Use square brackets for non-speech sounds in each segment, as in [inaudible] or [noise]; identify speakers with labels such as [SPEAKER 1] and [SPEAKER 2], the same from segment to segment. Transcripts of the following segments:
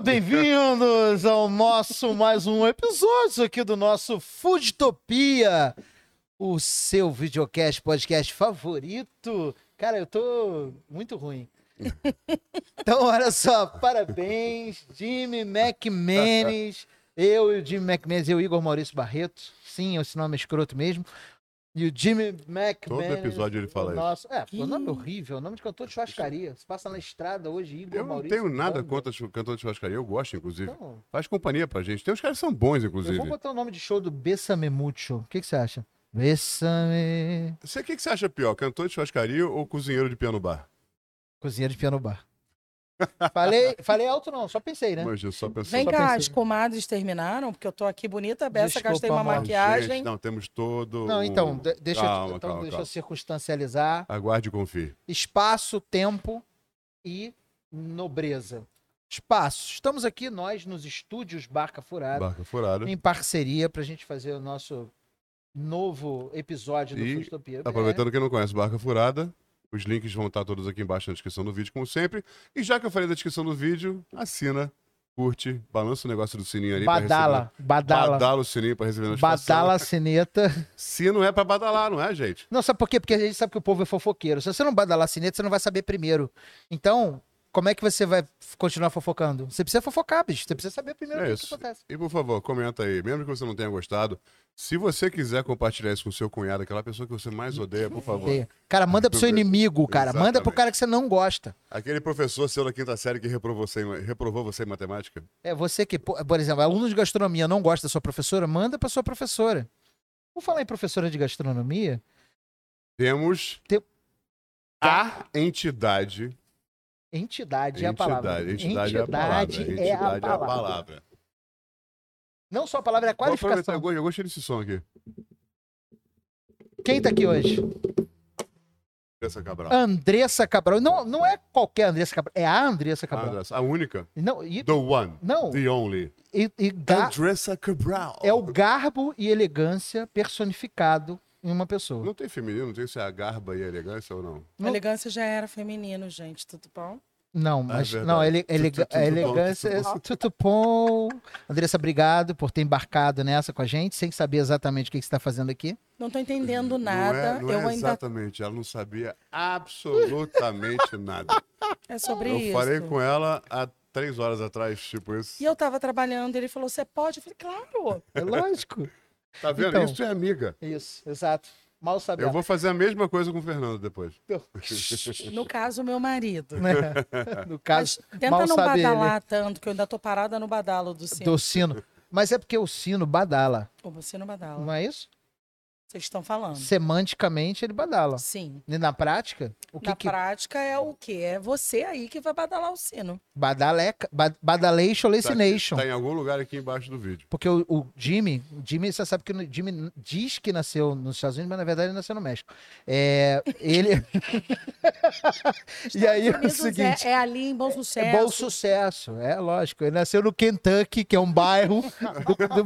[SPEAKER 1] bem-vindos ao nosso mais um episódio aqui do nosso Foodtopia, o seu videocast podcast favorito. Cara, eu tô muito ruim. Então, olha só, parabéns, Jimmy McMenes. Eu e o Jimmy McMenes, eu e o Igor Maurício Barreto. Sim, esse nome é escroto mesmo. E o Jimmy McMenes.
[SPEAKER 2] Todo episódio ele
[SPEAKER 1] o
[SPEAKER 2] fala isso.
[SPEAKER 1] nosso... É, o nome é horrível, o nome de cantor de churrascaria. Você passa na estrada hoje, Igor
[SPEAKER 2] Eu não
[SPEAKER 1] Maurício.
[SPEAKER 2] tenho nada
[SPEAKER 1] Bando.
[SPEAKER 2] contra chu- cantor de churrascaria, eu gosto, inclusive.
[SPEAKER 1] Então,
[SPEAKER 2] Faz companhia pra gente. Tem uns caras que são bons,
[SPEAKER 1] Eu vou
[SPEAKER 2] inclusive.
[SPEAKER 1] botar o nome de show do Bessame Mucho. O que, que você acha? Bessame.
[SPEAKER 2] Você, o que, que você acha pior, cantor de churrascaria ou cozinheiro de piano bar?
[SPEAKER 1] Cozinheiro de piano
[SPEAKER 2] [laughs]
[SPEAKER 1] bar. falei, falei alto não, só pensei, né?
[SPEAKER 2] Mas eu só pensei...
[SPEAKER 1] Só
[SPEAKER 3] Vem cá,
[SPEAKER 1] pensei.
[SPEAKER 3] as comadres terminaram, porque eu tô aqui bonita, Bessa,
[SPEAKER 1] Desculpa,
[SPEAKER 3] gastei uma
[SPEAKER 1] amor.
[SPEAKER 3] maquiagem.
[SPEAKER 2] Gente, não, temos todo...
[SPEAKER 1] Não,
[SPEAKER 2] um-
[SPEAKER 1] então, de- deixa, eu-
[SPEAKER 2] Calma,
[SPEAKER 1] então,
[SPEAKER 2] calma,
[SPEAKER 1] deixa eu
[SPEAKER 2] calma.
[SPEAKER 1] circunstancializar.
[SPEAKER 2] Aguarde e confie.
[SPEAKER 1] Espaço, tempo e nobreza. Espaço. Estamos aqui, nós, nos estúdios Barca Furada,
[SPEAKER 2] Barca furada.
[SPEAKER 1] em parceria, pra gente fazer o nosso novo episódio do
[SPEAKER 2] E
[SPEAKER 1] Fustopia.
[SPEAKER 2] Aproveitando quem não conhece Barca Furada, os links vão estar todos aqui embaixo na descrição do vídeo, como sempre. E já que eu falei da descrição do vídeo, assina, curte, balança o negócio do sininho ali. pra receber-
[SPEAKER 1] É. Badala, badala, badala,
[SPEAKER 2] Badala o sininho pra receber notificação.
[SPEAKER 1] badala a sineta.
[SPEAKER 2] Se não é pra badalar, não é, gente?
[SPEAKER 1] Não, sabe por quê? Porque a gente sabe que o povo é fofoqueiro. Se você não badalar sineta, você não vai saber primeiro. Então, como é que você vai f- continuar fofocando? Você precisa fofocar, bicho. Você precisa saber primeiro
[SPEAKER 2] É
[SPEAKER 1] o que, que
[SPEAKER 2] isso.
[SPEAKER 1] acontece.
[SPEAKER 2] E por favor, comenta aí, mesmo que você não tenha gostado, se você quiser compartilhar isso com seu cunhado, aquela pessoa que você mais odeia, por favor.
[SPEAKER 1] É. Cara, manda pro seu inimigo, cara. Manda pro
[SPEAKER 2] Exatamente.
[SPEAKER 1] cara que você não gosta.
[SPEAKER 2] Aquele professor seu da quinta série que reprovou você em, reprovou você em matemática,
[SPEAKER 1] É você que, po- por exemplo, aluno de gastronomia não gosta da sua professora, manda pra sua professora. Vou falar em professora de gastronomia.
[SPEAKER 2] temos
[SPEAKER 1] Tem-
[SPEAKER 2] a entidade
[SPEAKER 1] Entidade, é a
[SPEAKER 2] Entidade,
[SPEAKER 1] palavra.
[SPEAKER 2] entidade é a palavra. Entidade é a palavra.
[SPEAKER 1] Não só a palavra, é a
[SPEAKER 2] Vou aproveitar, eu
[SPEAKER 1] qualificação.
[SPEAKER 2] go- eu gostei desse som aqui.
[SPEAKER 1] Quem tá aqui hoje?
[SPEAKER 2] Andressa
[SPEAKER 1] Ah,
[SPEAKER 2] Cabral. Ah,
[SPEAKER 1] Andressa Cabral. Não, não é qualquer Andressa Cabral, é a Andressa
[SPEAKER 2] A,
[SPEAKER 1] Cabral.
[SPEAKER 2] Andressa, a única.
[SPEAKER 1] Não, e,
[SPEAKER 2] The one.
[SPEAKER 1] não,
[SPEAKER 2] The only.
[SPEAKER 1] e, e ga-
[SPEAKER 2] Andressa Cabral.
[SPEAKER 1] é o garbo e elegância personificado em uma pessoa.
[SPEAKER 2] Não tem feminino, não tem se é a garba e a elegância ou não.
[SPEAKER 1] Não-
[SPEAKER 3] Elegância já era feminino, gente, tudo bom?
[SPEAKER 1] Não, mas
[SPEAKER 2] É verdade.
[SPEAKER 1] não, ele, ele,
[SPEAKER 2] Tu, tu, tu,
[SPEAKER 1] a
[SPEAKER 2] tu,
[SPEAKER 1] elegância é
[SPEAKER 2] tu, tu,
[SPEAKER 1] tudo bom. Andressa, obrigado por ter embarcado nessa com a gente, sem saber exatamente o que que você está fazendo aqui.
[SPEAKER 3] Não tô entendendo nada,
[SPEAKER 2] Não é, não
[SPEAKER 3] eu
[SPEAKER 2] é
[SPEAKER 3] ainda...
[SPEAKER 2] exatamente. Ela não sabia absolutamente [laughs] nada.
[SPEAKER 3] É sobre
[SPEAKER 2] Eu
[SPEAKER 3] isso.
[SPEAKER 2] falei com ela há três horas atrás, tipo isso.
[SPEAKER 3] E eu tava trabalhando, ele falou, você pode? Eu falei, claro.
[SPEAKER 1] É
[SPEAKER 2] [laughs]
[SPEAKER 1] lógico.
[SPEAKER 2] Tá vendo?
[SPEAKER 1] Então.
[SPEAKER 2] Isso é amiga.
[SPEAKER 1] Isso, exato. Mal saber.
[SPEAKER 2] Eu vou fazer a mesma coisa com o Fernando depois. [laughs]
[SPEAKER 3] No caso, meu marido.
[SPEAKER 1] [laughs] No
[SPEAKER 3] Mas
[SPEAKER 1] caso,
[SPEAKER 3] tenta
[SPEAKER 1] mal
[SPEAKER 3] não
[SPEAKER 1] sabe ele.
[SPEAKER 3] badalar assim. tanto, que eu ainda tô parada no badalo do sino.
[SPEAKER 1] do sino. Mas é porque o sino badala,
[SPEAKER 3] O sino badala.
[SPEAKER 1] não é isso?
[SPEAKER 3] assim Vocês estão falando.
[SPEAKER 1] Semanticamente ele badala.
[SPEAKER 3] Sim.
[SPEAKER 1] E né, na prática, o que,
[SPEAKER 3] Na
[SPEAKER 1] que
[SPEAKER 3] prática é o quê? É você aí que vai badalar o sino.
[SPEAKER 1] badaleca, ba- badalation,
[SPEAKER 2] Tá,
[SPEAKER 1] lacination.
[SPEAKER 2] tá em algum lugar aqui embaixo do vídeo.
[SPEAKER 1] Porque o, o Jimmy, o Jimmy, você sabe que o Jimmy diz que nasceu nos Estados Unidos, mas na verdade ele nasceu no México. É,
[SPEAKER 3] [laughs]
[SPEAKER 1] ele. e aí é o
[SPEAKER 3] Unidos
[SPEAKER 1] seguinte.
[SPEAKER 3] é, é ali em bom sucesso.
[SPEAKER 1] É bom sucesso, é lógico. Ele nasceu no Kentucky, que é um
[SPEAKER 3] [laughs]
[SPEAKER 1] bairro do,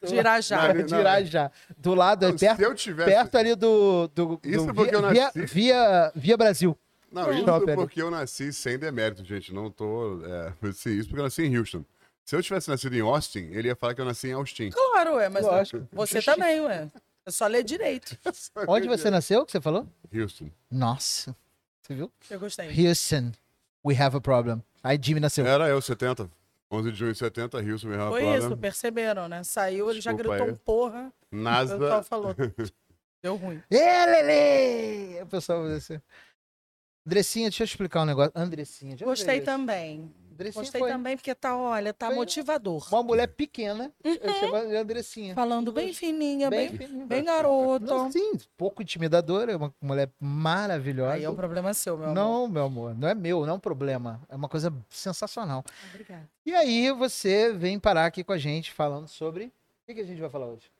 [SPEAKER 1] do,
[SPEAKER 3] De Irajá.
[SPEAKER 2] Ah, Não, não,
[SPEAKER 1] de Irajá. Do lado, é
[SPEAKER 2] Não,
[SPEAKER 1] perto,
[SPEAKER 2] Se eu tivesse.
[SPEAKER 1] perto ali do. do,
[SPEAKER 2] Isso
[SPEAKER 1] do
[SPEAKER 2] porque
[SPEAKER 1] via,
[SPEAKER 2] eu
[SPEAKER 1] via,
[SPEAKER 2] nasci-
[SPEAKER 1] via- via Brasil.
[SPEAKER 2] Não, isso
[SPEAKER 1] Shopping.
[SPEAKER 2] porque eu nasci sem demérito, gente. Não tô. É, [laughs] assim, isso porque eu nasci em Houston. Se eu tivesse nascido em Austin, ele ia falar que eu nasci em Austin.
[SPEAKER 3] Claro, ué, mas
[SPEAKER 1] Lógico.
[SPEAKER 3] você também, ué. É só ler direito.
[SPEAKER 1] Onde você nasceu, que você falou?
[SPEAKER 2] Houston.
[SPEAKER 1] Nossa. Você viu?
[SPEAKER 3] Eu gostei.
[SPEAKER 1] Houston, we have a problem. Aí Jimmy nasceu.
[SPEAKER 3] É.
[SPEAKER 2] Era eu, 70. 11 de junho de 70, Houston, mesmo.
[SPEAKER 3] Foi isso, perceberam, né? Saiu, ele já
[SPEAKER 2] Desculpa
[SPEAKER 3] gritou
[SPEAKER 2] aí.
[SPEAKER 3] um porra. O pessoal
[SPEAKER 2] NASA.
[SPEAKER 3] falou. Deu ruim.
[SPEAKER 1] Ê, Lele! O pessoal vai descer. Andressinha, deixa eu explicar um negócio. Andressinha, já
[SPEAKER 3] Gostei
[SPEAKER 1] falei isso.
[SPEAKER 3] também.
[SPEAKER 1] Andressinha
[SPEAKER 3] Gostei
[SPEAKER 1] foi
[SPEAKER 3] também, porque tá, olha, tá
[SPEAKER 1] Foi.
[SPEAKER 3] motivador.
[SPEAKER 1] Uma mulher pequena, eu
[SPEAKER 3] Uhum.
[SPEAKER 1] chamava de Andressinha.
[SPEAKER 3] Falando bem fininha, bem, bem,
[SPEAKER 1] pequena.
[SPEAKER 3] garoto.
[SPEAKER 1] Não, Sim, pouco intimidadora, é uma mulher maravilhosa.
[SPEAKER 3] Aí é um problema seu, meu amor.
[SPEAKER 1] Não, meu amor, não é meu, não é um problema. É uma coisa sensacional.
[SPEAKER 3] Obrigada.
[SPEAKER 1] E aí você vem parar aqui com a gente falando sobre. O que, que a gente vai falar hoje?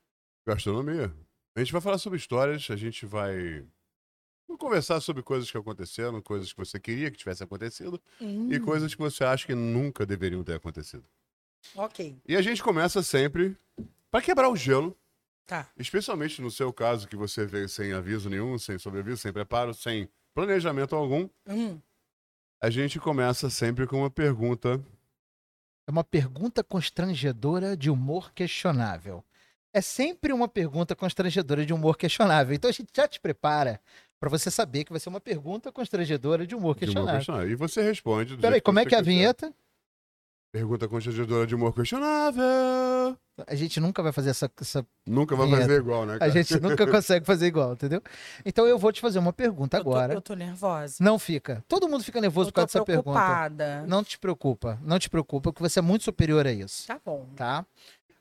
[SPEAKER 2] Gastronomia. A gente vai falar sobre histórias, a gente vai conversar sobre coisas que aconteceram, coisas que você queria que tivesse acontecido
[SPEAKER 3] Hum,
[SPEAKER 2] e coisas que você acha que nunca deveriam ter acontecido.
[SPEAKER 3] ok,
[SPEAKER 2] E a gente começa sempre para quebrar o gelo,
[SPEAKER 3] tá.
[SPEAKER 2] especialmente no seu caso que você veio sem aviso nenhum, sem sobreaviso, sem preparo, sem planejamento algum.
[SPEAKER 3] Hum,
[SPEAKER 2] A gente começa sempre com uma pergunta
[SPEAKER 1] é uma pergunta constrangedora de humor questionável. É sempre uma pergunta constrangedora de humor questionável. Então a gente já te prepara pra você saber que vai ser uma pergunta constrangedora de humor
[SPEAKER 2] De humor
[SPEAKER 1] questionável.
[SPEAKER 2] questionável. E você responde. do
[SPEAKER 1] Peraí,
[SPEAKER 2] jeito
[SPEAKER 1] como é
[SPEAKER 2] você
[SPEAKER 1] que é a
[SPEAKER 2] quiser.
[SPEAKER 1] vinheta?
[SPEAKER 2] Pergunta constrangedora de humor questionável.
[SPEAKER 1] A gente nunca vai fazer essa-
[SPEAKER 2] É
[SPEAKER 1] essa
[SPEAKER 2] Nunca vai
[SPEAKER 1] Vinheta.
[SPEAKER 2] fazer igual, né,
[SPEAKER 1] A
[SPEAKER 2] cara?
[SPEAKER 1] gente nunca consegue fazer igual, entendeu? Então eu vou te fazer uma pergunta
[SPEAKER 3] Eu tô-
[SPEAKER 1] Tá agora.
[SPEAKER 3] Eu tô, nervosa.
[SPEAKER 1] Não fica. Todo mundo fica nervoso
[SPEAKER 3] eu
[SPEAKER 1] por causa
[SPEAKER 3] tô
[SPEAKER 1] dessa pergunta.
[SPEAKER 3] preocupada.
[SPEAKER 1] Não te preocupa, não te preocupa, que você é muito superior a isso,
[SPEAKER 3] Tá bom.
[SPEAKER 1] tá?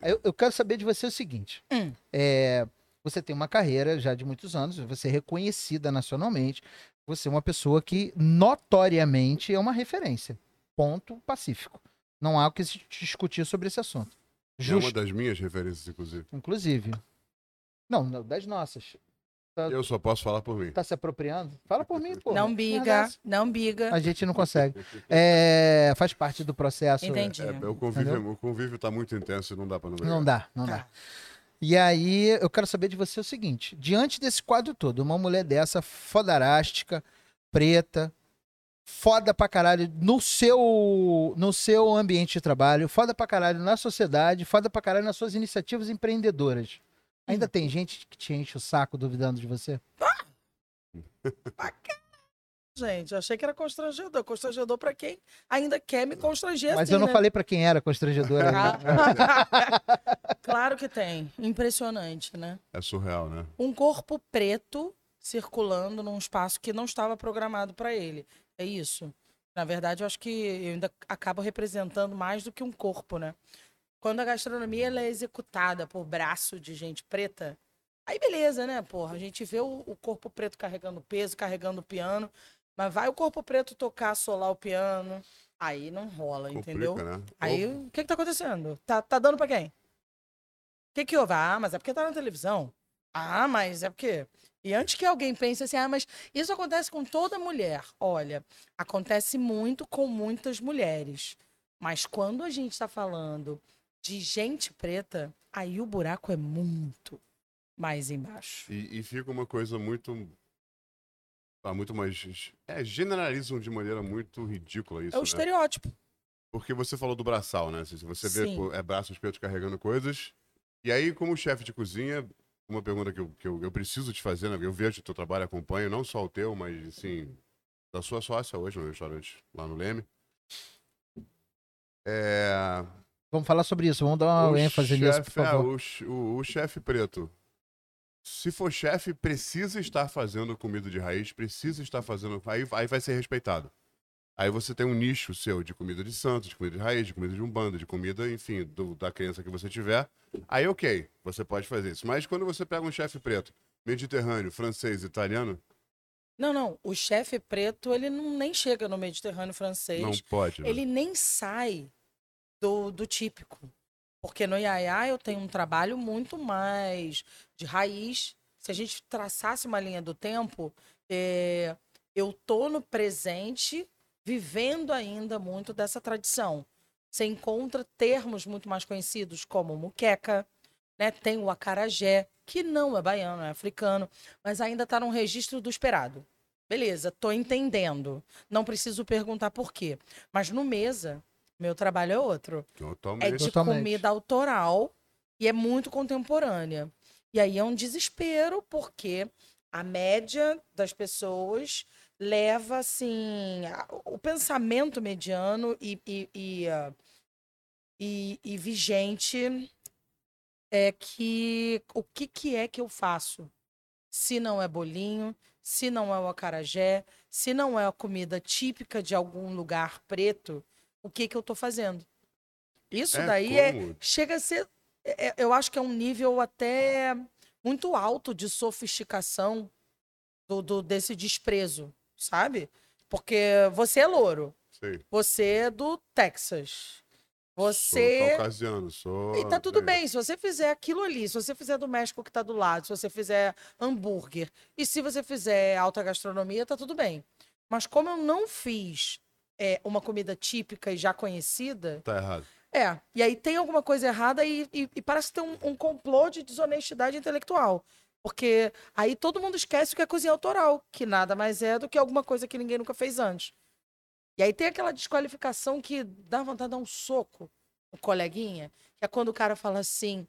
[SPEAKER 1] Eu, eu quero saber de você o seguinte.
[SPEAKER 3] Hum.
[SPEAKER 1] É, você tem uma carreira já de muitos anos, você é reconhecida nacionalmente, você é uma pessoa que notoriamente é uma referência. Ponto pacífico. Não há o que se discutir sobre esse assunto.
[SPEAKER 2] É
[SPEAKER 1] Justo,
[SPEAKER 2] uma das minhas referências, inclusive.
[SPEAKER 1] inclusive. Não, não, das nossas.
[SPEAKER 2] Eu só posso falar por mim.
[SPEAKER 1] tá se apropriando? Fala por mim, pô. é assim.
[SPEAKER 3] não biga, não biga.
[SPEAKER 1] A gente não
[SPEAKER 2] [laughs]
[SPEAKER 1] consegue. É, faz parte do processo.
[SPEAKER 3] Entendi.
[SPEAKER 2] É, o, convívio,
[SPEAKER 1] Entendeu?
[SPEAKER 2] o convívio tá muito intenso e não dá pra não brigar.
[SPEAKER 1] Não dá, não dá. E aí, eu quero saber de você o seguinte: diante desse quadro todo, uma mulher dessa, fodarástica, preta, foda pra caralho no seu, no seu ambiente de trabalho, foda pra caralho na sociedade, foda pra caralho nas suas iniciativas empreendedoras. Ainda tem gente que te enche o saco duvidando de você?
[SPEAKER 3] Gente, eu achei que era constrangedor. Constrangedor pra quem ainda quer me constranger
[SPEAKER 1] Mas
[SPEAKER 3] assim,
[SPEAKER 1] eu não
[SPEAKER 3] né? Ah.
[SPEAKER 1] falei pra quem era constrangedora. ainda.
[SPEAKER 3] claro que tem. Impressionante, né?
[SPEAKER 2] É surreal, né?
[SPEAKER 3] Um corpo preto circulando num espaço que não estava programado para ele. É isso. Na verdade, eu acho que eu ainda acabo representando mais do que um corpo, né? Quando a gastronomia ela é executada por braço de gente preta, aí beleza, né, porra? A gente vê o, o corpo preto carregando peso, carregando o piano, mas vai o corpo preto tocar, solar o piano, aí não rola, entendeu?
[SPEAKER 2] Complica, né?
[SPEAKER 3] Aí,
[SPEAKER 2] Ou-
[SPEAKER 3] o que que tá acontecendo? Tá, tá dando pra quem? O que que houve? Ah, mas é porque tá na televisão. Ah, mas é porque... E antes que alguém pense assim, ah, mas isso acontece com toda mulher. Olha, acontece muito com muitas mulheres. Mas quando a gente tá falando de gente preta, aí o buraco é muito mais embaixo.
[SPEAKER 2] E, e fica uma coisa muito. Ah, muito mais. É, generalizam de maneira muito ridícula isso.
[SPEAKER 3] é o
[SPEAKER 2] né?
[SPEAKER 3] estereótipo.
[SPEAKER 2] Porque você falou do braçal, né? Se Você vê
[SPEAKER 3] Sim.
[SPEAKER 2] pô, é, braços pretos carregando coisas. E aí, como chefe de cozinha, uma pergunta que, eu, que eu, eu preciso te fazer, né? Eu vejo o teu trabalho, acompanho, não só o teu, mas, assim, da sua sócia hoje no restaurante lá no Leme. É...
[SPEAKER 1] Vamos falar sobre isso, vamos dar uma ênfase nisso, por
[SPEAKER 2] chefe- é,
[SPEAKER 1] favor.
[SPEAKER 2] o che- o, o chefe preto. Se for chefe, precisa estar fazendo comida de raiz, precisa estar fazendo. Aí, aí vai ser respeitado. Aí você tem um nicho seu de comida de santo, de comida de raiz, de comida de umbanda, de comida, enfim, do- da crença que você tiver. Aí, ok, você pode fazer isso. Mas quando você pega um chefe preto, mediterrâneo, francês, italiano,
[SPEAKER 3] Não, não. O chefe preto, ele não, nem chega no Mediterrâneo francês.
[SPEAKER 2] não pode. né?
[SPEAKER 3] ele nem sai do, do típico. Porque no Iaiá eu tenho um trabalho muito mais de raiz. Se a gente traçasse uma linha do tempo, é, eu tô no presente vivendo ainda muito dessa tradição. Você encontra termos muito mais conhecidos como muqueca, né? tem o acarajé, que não é baiano, é africano, mas ainda está num registro do esperado. Beleza, tô entendendo. Não preciso perguntar por quê. Mas no mesa, meu trabalho é outro.
[SPEAKER 2] Então,
[SPEAKER 3] É
[SPEAKER 2] Totalmente.
[SPEAKER 3] de
[SPEAKER 1] Totalmente.
[SPEAKER 3] comida autoral e é muito contemporânea. E aí é um desespero, porque a média das pessoas leva, assim, a- o pensamento mediano e, e, e, ah, e- e vigente é que o que, que é que eu faço? Se não é bolinho, se não é o acarajé, se não é a comida típica de algum lugar preto, o que, que eu tô fazendo? Isso daí é,
[SPEAKER 2] como?
[SPEAKER 3] chega a ser. é- é- Eu acho que é um nível até muito alto de sofisticação do, do- desse desprezo, sabe? Porque você é louro,
[SPEAKER 2] Sei.
[SPEAKER 3] você é do Texas.
[SPEAKER 2] Sou
[SPEAKER 3] Você.
[SPEAKER 2] caucasiano, sou. é,
[SPEAKER 3] E tá tudo bem, se você fizer aquilo ali, se você fizer do México que tá do lado, se você fizer hambúrguer, e se você fizer alta gastronomia, tá tudo bem. Mas como eu não fiz é, uma comida típica e já conhecida,
[SPEAKER 2] Tá errado.
[SPEAKER 3] é, e aí tem alguma coisa errada e, e- e parece ter um, um complô de desonestidade intelectual. Porque aí todo mundo esquece o que é cozinha autoral, que nada mais é do que alguma coisa que ninguém nunca fez antes. E aí tem aquela desqualificação que dá vontade de dar um soco o coleguinha, que é quando o cara fala assim,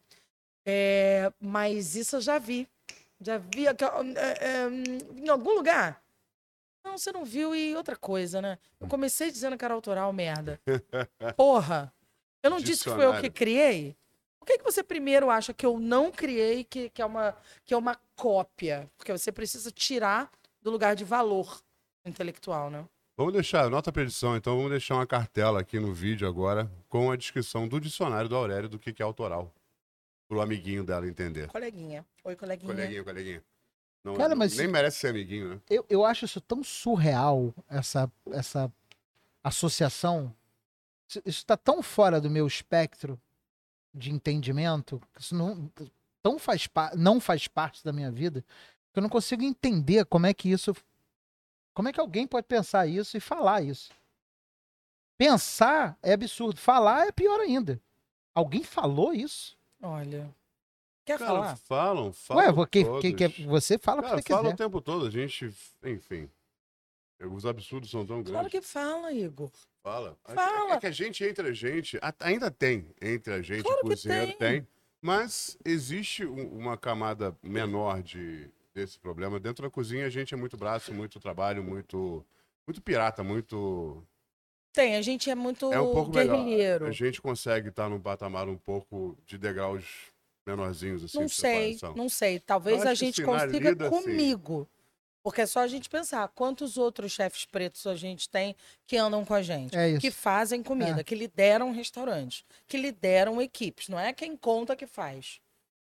[SPEAKER 3] é, mas isso eu já vi. Já vi aqui, ó, é, é, em algum lugar. Não, você não viu e outra coisa, né? Eu comecei dizendo que era autoral, merda. Porra! Eu não disse que foi eu que
[SPEAKER 2] Dicionário.
[SPEAKER 3] criei? Por que, que você primeiro acha que eu não criei, que, que, é uma, que é uma cópia? Porque você precisa tirar do lugar de valor intelectual, né?
[SPEAKER 2] Vamos deixar, nota pra edição, então vamos deixar uma cartela aqui no vídeo agora com a descrição do dicionário do Aurélio do que que é autoral. Pro amiguinho dela entender.
[SPEAKER 3] Coleguinha. Oi, coleguinha.
[SPEAKER 2] Coleguinha, coleguinha. Não,
[SPEAKER 1] Cara, mas-
[SPEAKER 2] Nem merece ser amiguinho, né?
[SPEAKER 1] Eu, eu acho isso tão surreal, essa, essa associação. Isso- Isso tá tão fora do meu espectro de entendimento, que isso não, tão faz, pa- não faz parte da minha vida, que eu não consigo entender como é que isso. Como é que alguém pode pensar isso e falar isso? Pensar é absurdo, falar é pior ainda. Alguém falou isso?
[SPEAKER 3] Olha. Quer
[SPEAKER 2] Cara,
[SPEAKER 3] falar?
[SPEAKER 2] falam, falam.
[SPEAKER 1] Ué, porque, que, que-
[SPEAKER 2] todos.
[SPEAKER 1] você fala o que
[SPEAKER 2] Cara,
[SPEAKER 1] você
[SPEAKER 2] fala
[SPEAKER 1] quiser.
[SPEAKER 2] o tempo todo, a gente, enfim. Os absurdos são tão
[SPEAKER 3] Claro
[SPEAKER 2] grandes.
[SPEAKER 3] que fala, Igor.
[SPEAKER 2] Fala. A-
[SPEAKER 3] Fala.
[SPEAKER 2] É que a gente, entre a gente, a- ainda tem entre a gente,
[SPEAKER 3] Claro
[SPEAKER 2] o
[SPEAKER 3] que
[SPEAKER 2] cozinheiro
[SPEAKER 3] tem.
[SPEAKER 2] tem. mas existe um- uma camada menor de, desse problema. Dentro da cozinha, a gente é muito braço, muito trabalho, muito, muito pirata, muito...
[SPEAKER 3] Tem, a gente é muito
[SPEAKER 2] É um pouco
[SPEAKER 3] guerrilheiro.
[SPEAKER 2] melhor. A gente consegue estar num patamar um pouco de degraus menorzinhos, assim,
[SPEAKER 3] Não
[SPEAKER 2] de
[SPEAKER 3] sei,
[SPEAKER 2] separação.
[SPEAKER 3] não sei. Talvez
[SPEAKER 2] acho
[SPEAKER 3] a
[SPEAKER 2] que
[SPEAKER 3] gente
[SPEAKER 2] sinaliza,
[SPEAKER 3] consiga
[SPEAKER 2] assim.
[SPEAKER 3] comigo. Porque é só a gente pensar quantos outros chefes pretos a gente tem que andam com a gente,
[SPEAKER 1] É isso.
[SPEAKER 3] que fazem comida,
[SPEAKER 1] É.
[SPEAKER 3] que lideram restaurantes, que lideram equipes. Não é quem conta que faz.